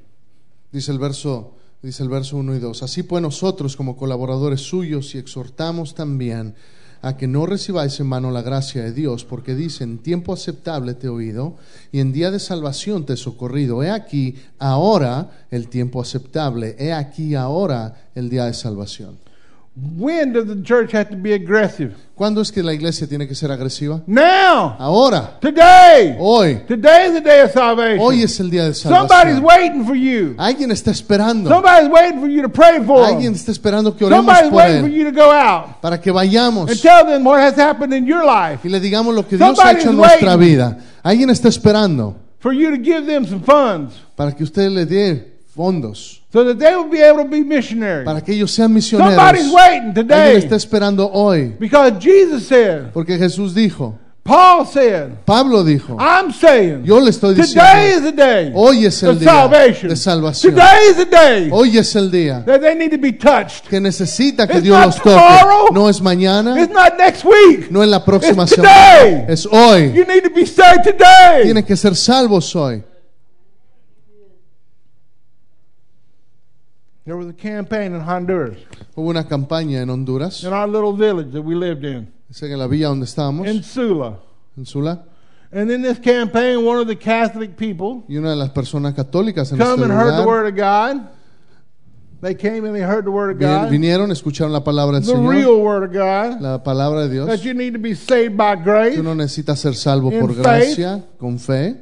Speaker 1: Dice el verso dice el verso 1 y 2. Así pues nosotros como colaboradores suyos y exhortamos también a que no recibáis en mano la gracia de Dios, porque dice, en tiempo aceptable te he oído y en día de salvación te he socorrido. He aquí ahora el tiempo aceptable, he aquí ahora el día de salvación.
Speaker 2: When does the church have to be aggressive?
Speaker 1: ¿Cuándo es que la iglesia tiene que ser agresiva?
Speaker 2: Now!
Speaker 1: Ahora,
Speaker 2: Today!
Speaker 1: hoy.
Speaker 2: Today is the day of salvation.
Speaker 1: Hoy es el día de
Speaker 2: Somebody's
Speaker 1: salvación.
Speaker 2: waiting for you.
Speaker 1: Alguien está esperando.
Speaker 2: Somebody's waiting for you to pray for them.
Speaker 1: Alguien está esperando que oremos
Speaker 2: Somebody's
Speaker 1: por
Speaker 2: waiting for
Speaker 1: él
Speaker 2: you to go out
Speaker 1: para que vayamos.
Speaker 2: and tell them what has happened in your life
Speaker 1: y le digamos lo que Dios ha
Speaker 2: Somebody's
Speaker 1: hecho en nuestra
Speaker 2: waiting.
Speaker 1: vida. Alguien está esperando
Speaker 2: for you to give them some funds
Speaker 1: para que usted le dé fondos,
Speaker 2: so that they will be able to be missionaries.
Speaker 1: para que ellos sean misioneros.
Speaker 2: Somebody's waiting
Speaker 1: Alguien está
Speaker 2: today
Speaker 1: esperando hoy,
Speaker 2: because Jesus said,
Speaker 1: porque Jesús dijo,
Speaker 2: Paul said,
Speaker 1: Pablo dijo,
Speaker 2: I'm saying.
Speaker 1: yo le estoy
Speaker 2: Today
Speaker 1: diciendo,
Speaker 2: is the day
Speaker 1: hoy es el
Speaker 2: of
Speaker 1: día
Speaker 2: salvation.
Speaker 1: Oh, de salvación.
Speaker 2: Today is the day
Speaker 1: Hoy es el día
Speaker 2: that they need to be touched.
Speaker 1: que necesita que
Speaker 2: It's
Speaker 1: Dios
Speaker 2: not
Speaker 1: los toque.
Speaker 2: tomorrow.
Speaker 1: No es mañana,
Speaker 2: It's not next week.
Speaker 1: no es la próxima
Speaker 2: It's
Speaker 1: semana,
Speaker 2: today.
Speaker 1: es hoy.
Speaker 2: You need to be saved today.
Speaker 1: Tienen que ser salvos hoy.
Speaker 2: There was a campaign in Honduras,
Speaker 1: Hubo una campaña en Honduras,
Speaker 2: in our little village that we lived in,
Speaker 1: es en la villa donde estábamos,
Speaker 2: in Sula.
Speaker 1: en Sula.
Speaker 2: And in this campaign, one of the Catholic people
Speaker 1: y una de las personas católicas en
Speaker 2: come
Speaker 1: este
Speaker 2: and heard the
Speaker 1: lugar
Speaker 2: Word of God. They came and they heard the Word of
Speaker 1: vin-
Speaker 2: God,
Speaker 1: vinieron, escucharon la palabra del
Speaker 2: the
Speaker 1: Señor,
Speaker 2: real Word of God,
Speaker 1: la palabra de Dios.
Speaker 2: that you need to be saved by grace.
Speaker 1: Que uno necesita ser salvo
Speaker 2: In
Speaker 1: por
Speaker 2: faith.
Speaker 1: gracia, con fe.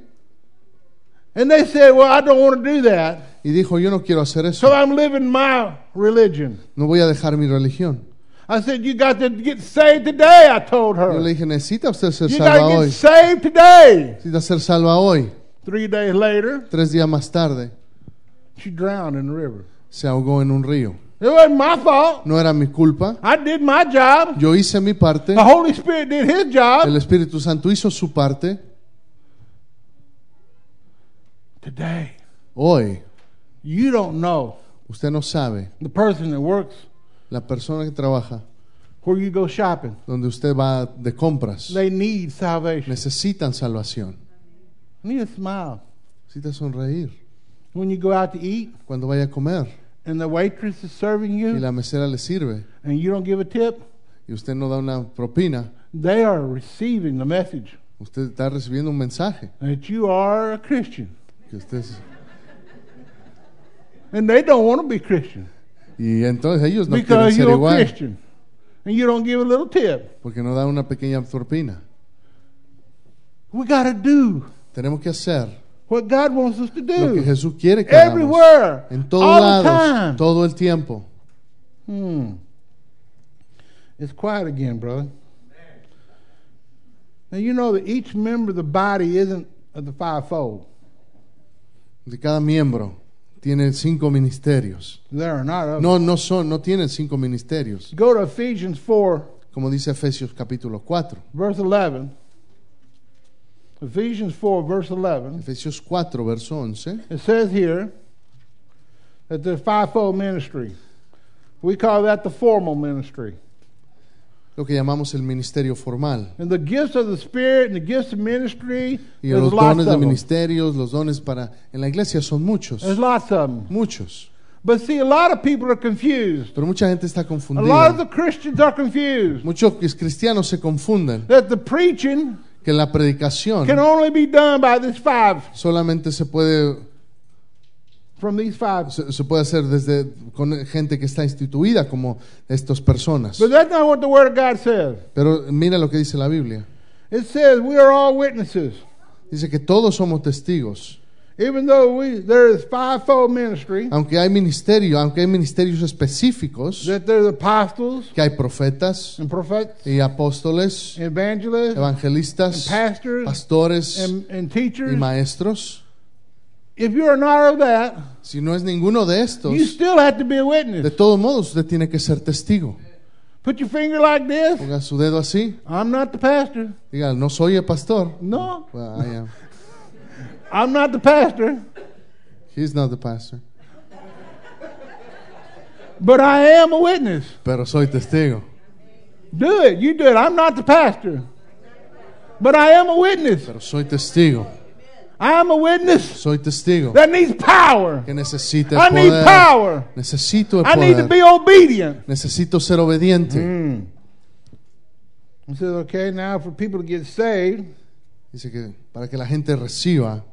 Speaker 2: And they said, Well, I don't want to do that,
Speaker 1: Y dijo, yo no quiero hacer eso,
Speaker 2: so I'm living my religion.
Speaker 1: no voy a dejar mi religión.
Speaker 2: I said, You got to get saved today, I told
Speaker 1: Yo le
Speaker 2: her.
Speaker 1: dije, necesita usted ser
Speaker 2: You got
Speaker 1: salva
Speaker 2: to
Speaker 1: hoy.
Speaker 2: get saved today.
Speaker 1: Necesita ser salva hoy.
Speaker 2: Three days later,
Speaker 1: Tres días más tarde
Speaker 2: she drowned in the river.
Speaker 1: se ahogó en un río.
Speaker 2: It wasn't my fault.
Speaker 1: No era mi culpa.
Speaker 2: I did my job.
Speaker 1: Yo hice mi parte.
Speaker 2: The Holy Spirit did his
Speaker 1: El
Speaker 2: job.
Speaker 1: Espíritu Santo hizo su parte.
Speaker 2: Today,
Speaker 1: Hoy,
Speaker 2: you don't know
Speaker 1: usted no sabe,
Speaker 2: the person that works
Speaker 1: la persona que trabaja,
Speaker 2: where you go shopping.
Speaker 1: donde usted va de compras,
Speaker 2: They need salvation.
Speaker 1: necesitan salvación.
Speaker 2: You need to smile.
Speaker 1: Necesita sonreír
Speaker 2: When you go out to eat
Speaker 1: cuando vaya a comer
Speaker 2: and the waitress is serving
Speaker 1: y
Speaker 2: you
Speaker 1: la mesera le sirve
Speaker 2: and you don't give a tip,
Speaker 1: y usted no da una propina,
Speaker 2: they are receiving the message
Speaker 1: usted está recibiendo un mensaje.
Speaker 2: that you are a Christian.
Speaker 1: Que usted es-
Speaker 2: And they don't want to be Christian.
Speaker 1: y entonces ellos no quieren
Speaker 2: because
Speaker 1: ser
Speaker 2: you're a
Speaker 1: igual
Speaker 2: Christian and you don't give a little tip.
Speaker 1: porque no dan una pequeña propina.
Speaker 2: We got to do
Speaker 1: Tenemos que hacer
Speaker 2: what God wants us to
Speaker 1: lo que
Speaker 2: do
Speaker 1: Jesús quiere que hagamos.
Speaker 2: Mm. everywhere,
Speaker 1: En todos
Speaker 2: all the
Speaker 1: lados,
Speaker 2: time.
Speaker 1: todo el tiempo.
Speaker 2: Hmm. It's quiet again, brother. Now you know that each member of the body isn't of the fivefold.
Speaker 1: De cada miembro tiene cinco ministerios.
Speaker 2: There are not of.
Speaker 1: No, no son, no tienen cinco ministerios.
Speaker 2: Go to Ephesians four,
Speaker 1: Como dice Efesios capítulo 4.
Speaker 2: verse eleven. Ephesians four, verse eleven.
Speaker 1: Efesios 4, verso 11.
Speaker 2: It says here that there's fivefold ministry. We call that the formal ministry.
Speaker 1: Lo que llamamos el ministerio formal.
Speaker 2: And the gifts of the Spirit and the gifts of ministry,
Speaker 1: Y
Speaker 2: there's
Speaker 1: los
Speaker 2: lots
Speaker 1: dones de
Speaker 2: of them.
Speaker 1: ministerios, los dones para en la iglesia son muchos,
Speaker 2: There's lots of them.
Speaker 1: muchos.
Speaker 2: But see, a lot of people are confused.
Speaker 1: Pero mucha gente está
Speaker 2: A lot of the
Speaker 1: confundida.
Speaker 2: Christians are confused
Speaker 1: Muchos cristianos se confunden
Speaker 2: that the preaching
Speaker 1: que la predicación
Speaker 2: can only be done by this five
Speaker 1: solamente se puede
Speaker 2: from these five.
Speaker 1: Se, se puede hacer desde con gente que está instituida como estas personas.
Speaker 2: But that's not what the Word of God says.
Speaker 1: Pero mira lo que dice la Biblia.
Speaker 2: It says we are all witnesses.
Speaker 1: Dice que todos somos testigos.
Speaker 2: Even though we there is fivefold ministry,
Speaker 1: Aunque hay ministerio, aunque hay ministerios específicos,
Speaker 2: that there's apostles
Speaker 1: que hay profetas
Speaker 2: and prophets,
Speaker 1: y apóstoles,
Speaker 2: evangelists,
Speaker 1: evangelistas,
Speaker 2: Em pastors,
Speaker 1: pastores
Speaker 2: and, and
Speaker 1: y
Speaker 2: teachers.
Speaker 1: maestros.
Speaker 2: If you are not of that,
Speaker 1: Si no es ninguno de
Speaker 2: you
Speaker 1: estos,
Speaker 2: still have to be a
Speaker 1: de
Speaker 2: witness.
Speaker 1: todos modos usted tiene que ser testigo.
Speaker 2: Put your finger like this.
Speaker 1: Ponga su dedo así,
Speaker 2: I'm not the pastor.
Speaker 1: diga, no soy el pastor.
Speaker 2: No,
Speaker 1: Well, I am.
Speaker 2: I'm not the pastor,
Speaker 1: He's not the pastor.
Speaker 2: but I am a witness.
Speaker 1: Pero soy testigo.
Speaker 2: Do it. You do it. I'm not the pastor, but I am a witness.
Speaker 1: Pero soy testigo.
Speaker 2: I am a witness
Speaker 1: Soy testigo.
Speaker 2: that needs power.
Speaker 1: Que necesita
Speaker 2: I
Speaker 1: el
Speaker 2: need
Speaker 1: poder.
Speaker 2: power.
Speaker 1: Necesito el
Speaker 2: I need to
Speaker 1: poder.
Speaker 2: be obedient.
Speaker 1: Necesito ser obediente.
Speaker 2: Mm. He says, okay, now for people to get saved,
Speaker 1: Dice que para que la gente reciba,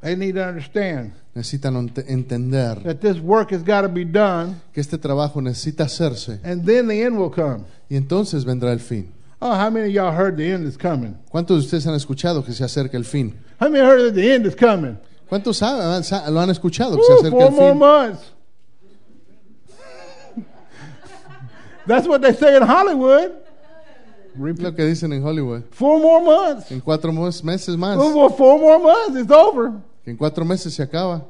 Speaker 2: they need to understand
Speaker 1: necesitan ent- entender
Speaker 2: that this work has got to be done,
Speaker 1: que este trabajo necesita hacerse
Speaker 2: and then the end will come.
Speaker 1: y entonces vendrá el fin.
Speaker 2: Oh, how many of y'all heard the end is coming?
Speaker 1: ¿Cuántos de ustedes han escuchado que se acerca el fin?
Speaker 2: How many heard that the end is coming?
Speaker 1: ¿Cuántos ha- ha- lo han escuchado que se
Speaker 2: Woo,
Speaker 1: acerca
Speaker 2: four
Speaker 1: el
Speaker 2: more
Speaker 1: fin?
Speaker 2: months. That's what they say in Hollywood.
Speaker 1: Lo que dicen en Hollywood.
Speaker 2: Four more months.
Speaker 1: En cuatro mos- meses más.
Speaker 2: Oh, well, four more months. It's over.
Speaker 1: Que en cuatro meses se acaba.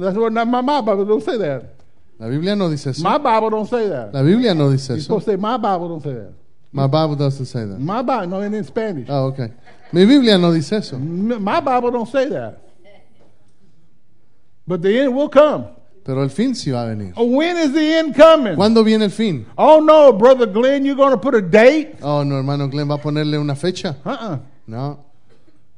Speaker 2: That's what not my, my Bible don't say that.
Speaker 1: La Biblia no dice eso.
Speaker 2: My Bible don't say that.
Speaker 1: La Biblia no dice
Speaker 2: You're
Speaker 1: eso.
Speaker 2: supposed to say my Bible don't say that.
Speaker 1: My Bible doesn't say that.
Speaker 2: My Bible, no, and in Spanish.
Speaker 1: Ah, ok. Mi Biblia no dice eso,
Speaker 2: M- My Bible don't say that. But the end will come.
Speaker 1: pero el fin sí va a venir.
Speaker 2: Oh, When is the end coming?
Speaker 1: ¿Cuándo viene el fin?
Speaker 2: Oh no, brother Glenn, you're going to put a date?
Speaker 1: Oh, no, hermano Glenn, ¿va a ponerle una fecha?
Speaker 2: Uh-uh.
Speaker 1: No.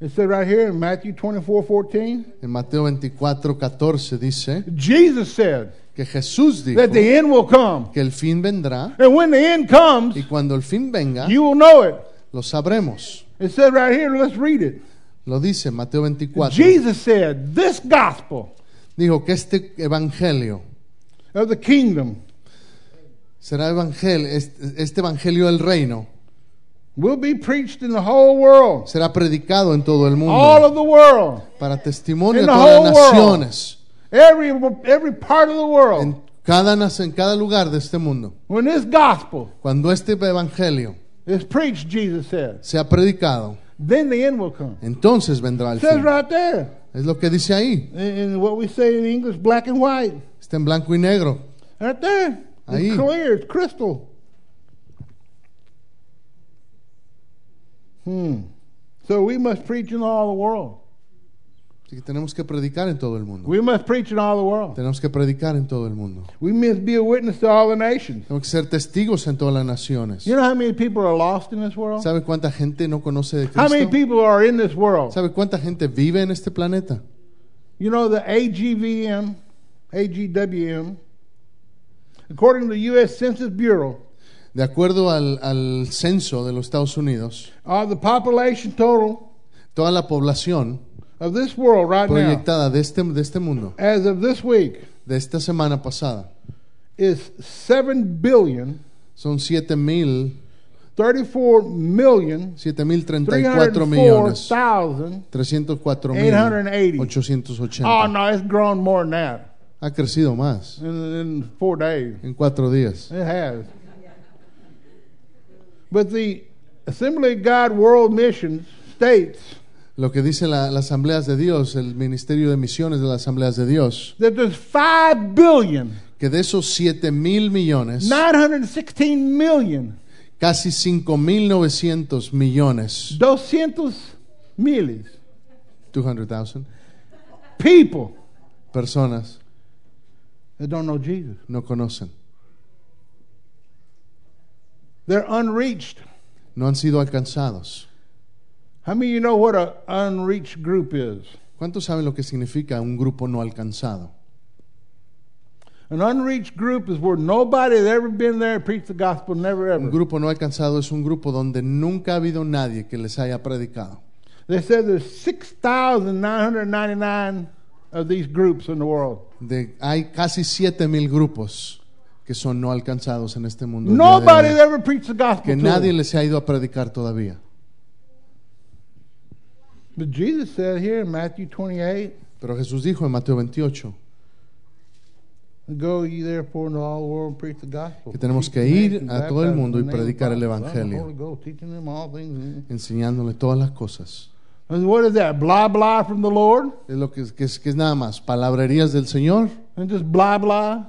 Speaker 2: It said right here in Matthew 24, 14,
Speaker 1: En Mateo 24, 14 dice
Speaker 2: Jesus said
Speaker 1: que Jesús dijo
Speaker 2: that the end will come.
Speaker 1: que el fin vendrá
Speaker 2: And when the end comes,
Speaker 1: y cuando el fin venga
Speaker 2: you will know it.
Speaker 1: lo sabremos.
Speaker 2: It said right here, let's read it.
Speaker 1: Lo dice en Mateo 24.
Speaker 2: Jesus said, This gospel
Speaker 1: Dijo que este evangelio
Speaker 2: of the kingdom
Speaker 1: será evangelio, este, este evangelio del reino
Speaker 2: will be preached in the whole world,
Speaker 1: será predicado en todo el
Speaker 2: all
Speaker 1: mundo
Speaker 2: of the world,
Speaker 1: para testimonio
Speaker 2: in
Speaker 1: de
Speaker 2: the
Speaker 1: todas las
Speaker 2: whole world.
Speaker 1: naciones,
Speaker 2: every, every part of the world.
Speaker 1: en cada, nac- en cada lugar de este mundo.
Speaker 2: When this gospel
Speaker 1: Cuando este evangelio
Speaker 2: is preached, Jesus said,
Speaker 1: se ha predicado,
Speaker 2: then the end will come.
Speaker 1: entonces vendrá el
Speaker 2: It says
Speaker 1: fin.
Speaker 2: right there
Speaker 1: Es lo que dice ahí.
Speaker 2: in, in what we say in English, black and white.
Speaker 1: Está en blanco y negro.
Speaker 2: Right there.
Speaker 1: Ahí.
Speaker 2: It's clear, it's crystal. Hmm. So we must preach in all the world.
Speaker 1: Así que tenemos que predicar en todo el mundo.
Speaker 2: We must preach in all the world.
Speaker 1: Tenemos que predicar en todo el mundo.
Speaker 2: We must be a witness to all the nations.
Speaker 1: Tenemos que ser testigos en todas las naciones.
Speaker 2: You know how many people are lost in this world?
Speaker 1: ¿Sabe cuánta gente no conoce de
Speaker 2: How many
Speaker 1: Cristo?
Speaker 2: people are in this world?
Speaker 1: ¿Sabe cuánta gente vive en este planeta?
Speaker 2: You know the AGVM, AGWM, according to the U.S. Census Bureau,
Speaker 1: De acuerdo al, al censo de los Estados Unidos,
Speaker 2: are uh, the population total
Speaker 1: toda la población
Speaker 2: of this world right now,
Speaker 1: proyectada de este, de este mundo,
Speaker 2: as of this week,
Speaker 1: de esta semana pasada,
Speaker 2: is 7 billion
Speaker 1: son 7 mil
Speaker 2: 34 million
Speaker 1: 7.034 millones.
Speaker 2: 304,880.
Speaker 1: 304
Speaker 2: Oh
Speaker 1: 880.
Speaker 2: no, it's grown more than that
Speaker 1: Ha crecido más
Speaker 2: in, in four days.
Speaker 1: en cuatro días.
Speaker 2: It has. But the Assembly of God World Mission states
Speaker 1: Lo que dice la, las Asambleas de Dios, el Ministerio de Misiones de las Asambleas de Dios,
Speaker 2: that there's 5 billion
Speaker 1: que de esos 7 mil millones,
Speaker 2: 916 million
Speaker 1: casi 5.900 millones,
Speaker 2: 200 miles
Speaker 1: 200,000
Speaker 2: people
Speaker 1: personas
Speaker 2: that don't know Jesus.
Speaker 1: no conocen,
Speaker 2: They're unreached.
Speaker 1: no han sido alcanzados.
Speaker 2: How many of you know what an unreached group is?
Speaker 1: ¿Cuántos saben lo que significa un grupo no alcanzado?
Speaker 2: An unreached group is where nobody has ever been there and preached the gospel, never
Speaker 1: Un
Speaker 2: ever.
Speaker 1: grupo no alcanzado es un grupo donde nunca ha habido nadie que les haya predicado.
Speaker 2: They said there's 6,999 of these groups in the world.
Speaker 1: De- hay casi 7000 grupos que son no alcanzados en este mundo. el día de hoy,
Speaker 2: Nobody's ever preached the gospel
Speaker 1: que
Speaker 2: to
Speaker 1: nadie
Speaker 2: them.
Speaker 1: les ha ido a predicar todavía.
Speaker 2: But Jesus said here in Matthew 28,
Speaker 1: Pero Jesús dijo en Mateo 28
Speaker 2: Go ye therefore into all the world and preach the gospel.
Speaker 1: Que tenemos que
Speaker 2: Teach
Speaker 1: ir
Speaker 2: them,
Speaker 1: a
Speaker 2: baptize
Speaker 1: todo el
Speaker 2: them in
Speaker 1: mundo y
Speaker 2: the name of the
Speaker 1: predicar el
Speaker 2: Father, Son, and
Speaker 1: evangelio.
Speaker 2: Holy Ghost, teaching them all things.
Speaker 1: enseñándole todas las cosas.
Speaker 2: And what is that? Blah blah from the Lord?
Speaker 1: Es lo que es, que es, que es nada más, palabrerías del Señor,
Speaker 2: And just blah blah?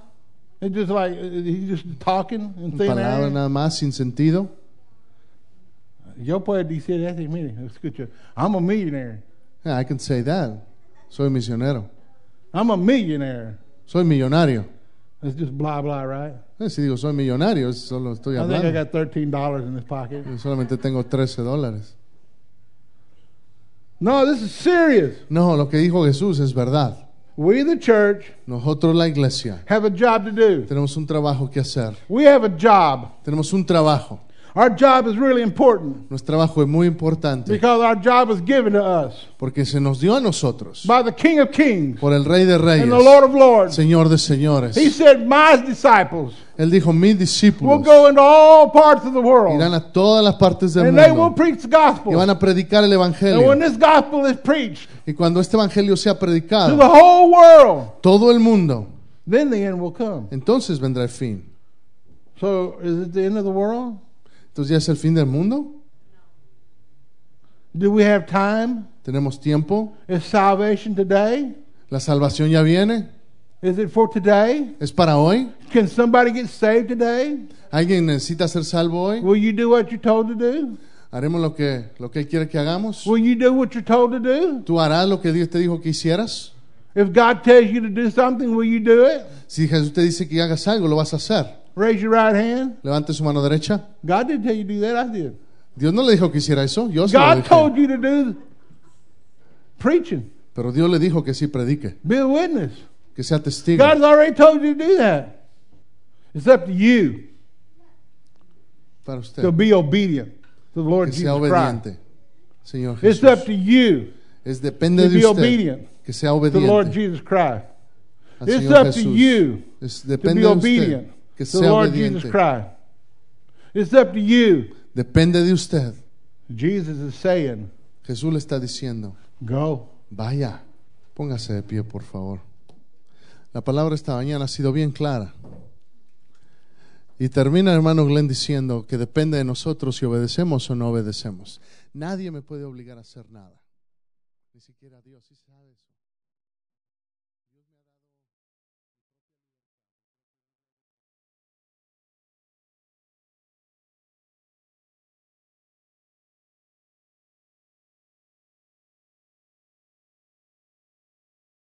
Speaker 2: It's just like uh, he's just talking and saying
Speaker 1: palabra nada más sin sentido.
Speaker 2: Yo puedo decir eso, mire, escucha, I'm a millionaire.
Speaker 1: Yeah, Ah, I can say that. Soy misionero,
Speaker 2: I'm a millionaire.
Speaker 1: soy millonario.
Speaker 2: It's just blah blah, right?
Speaker 1: Eh, si digo soy millonario, es solo estoy
Speaker 2: I think I
Speaker 1: hablando.
Speaker 2: got thirteen dollars in this pocket.
Speaker 1: Yo solamente tengo 13 dólares.
Speaker 2: No, this is serious.
Speaker 1: No, lo que dijo Jesús es verdad.
Speaker 2: We the church
Speaker 1: Nosotros la iglesia
Speaker 2: have a job to do.
Speaker 1: tenemos un trabajo que hacer.
Speaker 2: We have a job.
Speaker 1: Tenemos un trabajo.
Speaker 2: Our job is really important
Speaker 1: Nuestro trabajo es muy importante
Speaker 2: because our job is given to us
Speaker 1: porque se nos dio a nosotros
Speaker 2: by the King of Kings
Speaker 1: por el Rey de Reyes,
Speaker 2: and the Lord of Lords.
Speaker 1: Señor de
Speaker 2: He
Speaker 1: señores.
Speaker 2: said, My disciples
Speaker 1: Él dijo, mis
Speaker 2: will
Speaker 1: discípulos
Speaker 2: go into all parts of the
Speaker 1: irán
Speaker 2: world
Speaker 1: a todas las partes del
Speaker 2: and they will
Speaker 1: mundo
Speaker 2: preach the
Speaker 1: y van
Speaker 2: gospel.
Speaker 1: a predicar el
Speaker 2: And when
Speaker 1: evangelio.
Speaker 2: this gospel is preached
Speaker 1: Y cuando este evangelio sea
Speaker 2: to
Speaker 1: predicado,
Speaker 2: the whole world,
Speaker 1: todo el mundo,
Speaker 2: then the end will come.
Speaker 1: entonces vendrá el fin.
Speaker 2: So, is it the end of the world?
Speaker 1: Entonces ya es el fin del mundo.
Speaker 2: Do we have time?
Speaker 1: Tenemos tiempo.
Speaker 2: Is salvation today?
Speaker 1: La salvación ya viene.
Speaker 2: Is it for today?
Speaker 1: Es para hoy.
Speaker 2: Can somebody get saved today?
Speaker 1: Alguien necesita ser salvo hoy.
Speaker 2: Will you do what you're told to do?
Speaker 1: Haremos lo que lo que él quiere que hagamos.
Speaker 2: Will you do what you're told to do?
Speaker 1: Tú harás lo que Dios te dijo que hicieras.
Speaker 2: If God tells you to do something, will you do it?
Speaker 1: Si Jesús te dice que hagas algo, lo vas a hacer.
Speaker 2: Raise your right hand.
Speaker 1: Levante su mano derecha.
Speaker 2: God didn't tell you to do that, I did.
Speaker 1: Dios no le dijo que hiciera eso. Yo se lo
Speaker 2: God
Speaker 1: dije.
Speaker 2: told you to do preaching,
Speaker 1: Pero Dios le dijo que sí predique,
Speaker 2: be a witness.
Speaker 1: que sea testigo.
Speaker 2: God's already told you to do that. It's up to you
Speaker 1: Para usted.
Speaker 2: to be obedient to the Lord
Speaker 1: que sea
Speaker 2: Jesus Christ.
Speaker 1: obediente, Señor
Speaker 2: It's
Speaker 1: Jesús.
Speaker 2: up to you
Speaker 1: Es
Speaker 2: to
Speaker 1: depende
Speaker 2: be
Speaker 1: de usted
Speaker 2: obedient
Speaker 1: que sea
Speaker 2: to the Lord
Speaker 1: obediente
Speaker 2: Jesus Christ.
Speaker 1: al
Speaker 2: It's
Speaker 1: Señor
Speaker 2: up to
Speaker 1: Jesús.
Speaker 2: you
Speaker 1: Es
Speaker 2: to
Speaker 1: depende
Speaker 2: be
Speaker 1: de usted
Speaker 2: obedient
Speaker 1: que
Speaker 2: to the
Speaker 1: sea
Speaker 2: Lord Jesus
Speaker 1: obediente.
Speaker 2: Christ. It's up to you.
Speaker 1: Depende de usted.
Speaker 2: Jesus is saying,
Speaker 1: Jesús le está diciendo,
Speaker 2: go.
Speaker 1: vaya, póngase de pie, por favor. La palabra esta mañana ha sido bien clara. Y termina, hermano Glenn, diciendo que depende de nosotros si obedecemos o no obedecemos. Nadie me puede obligar a hacer nada. Ni siquiera Dios, sí sabe eso.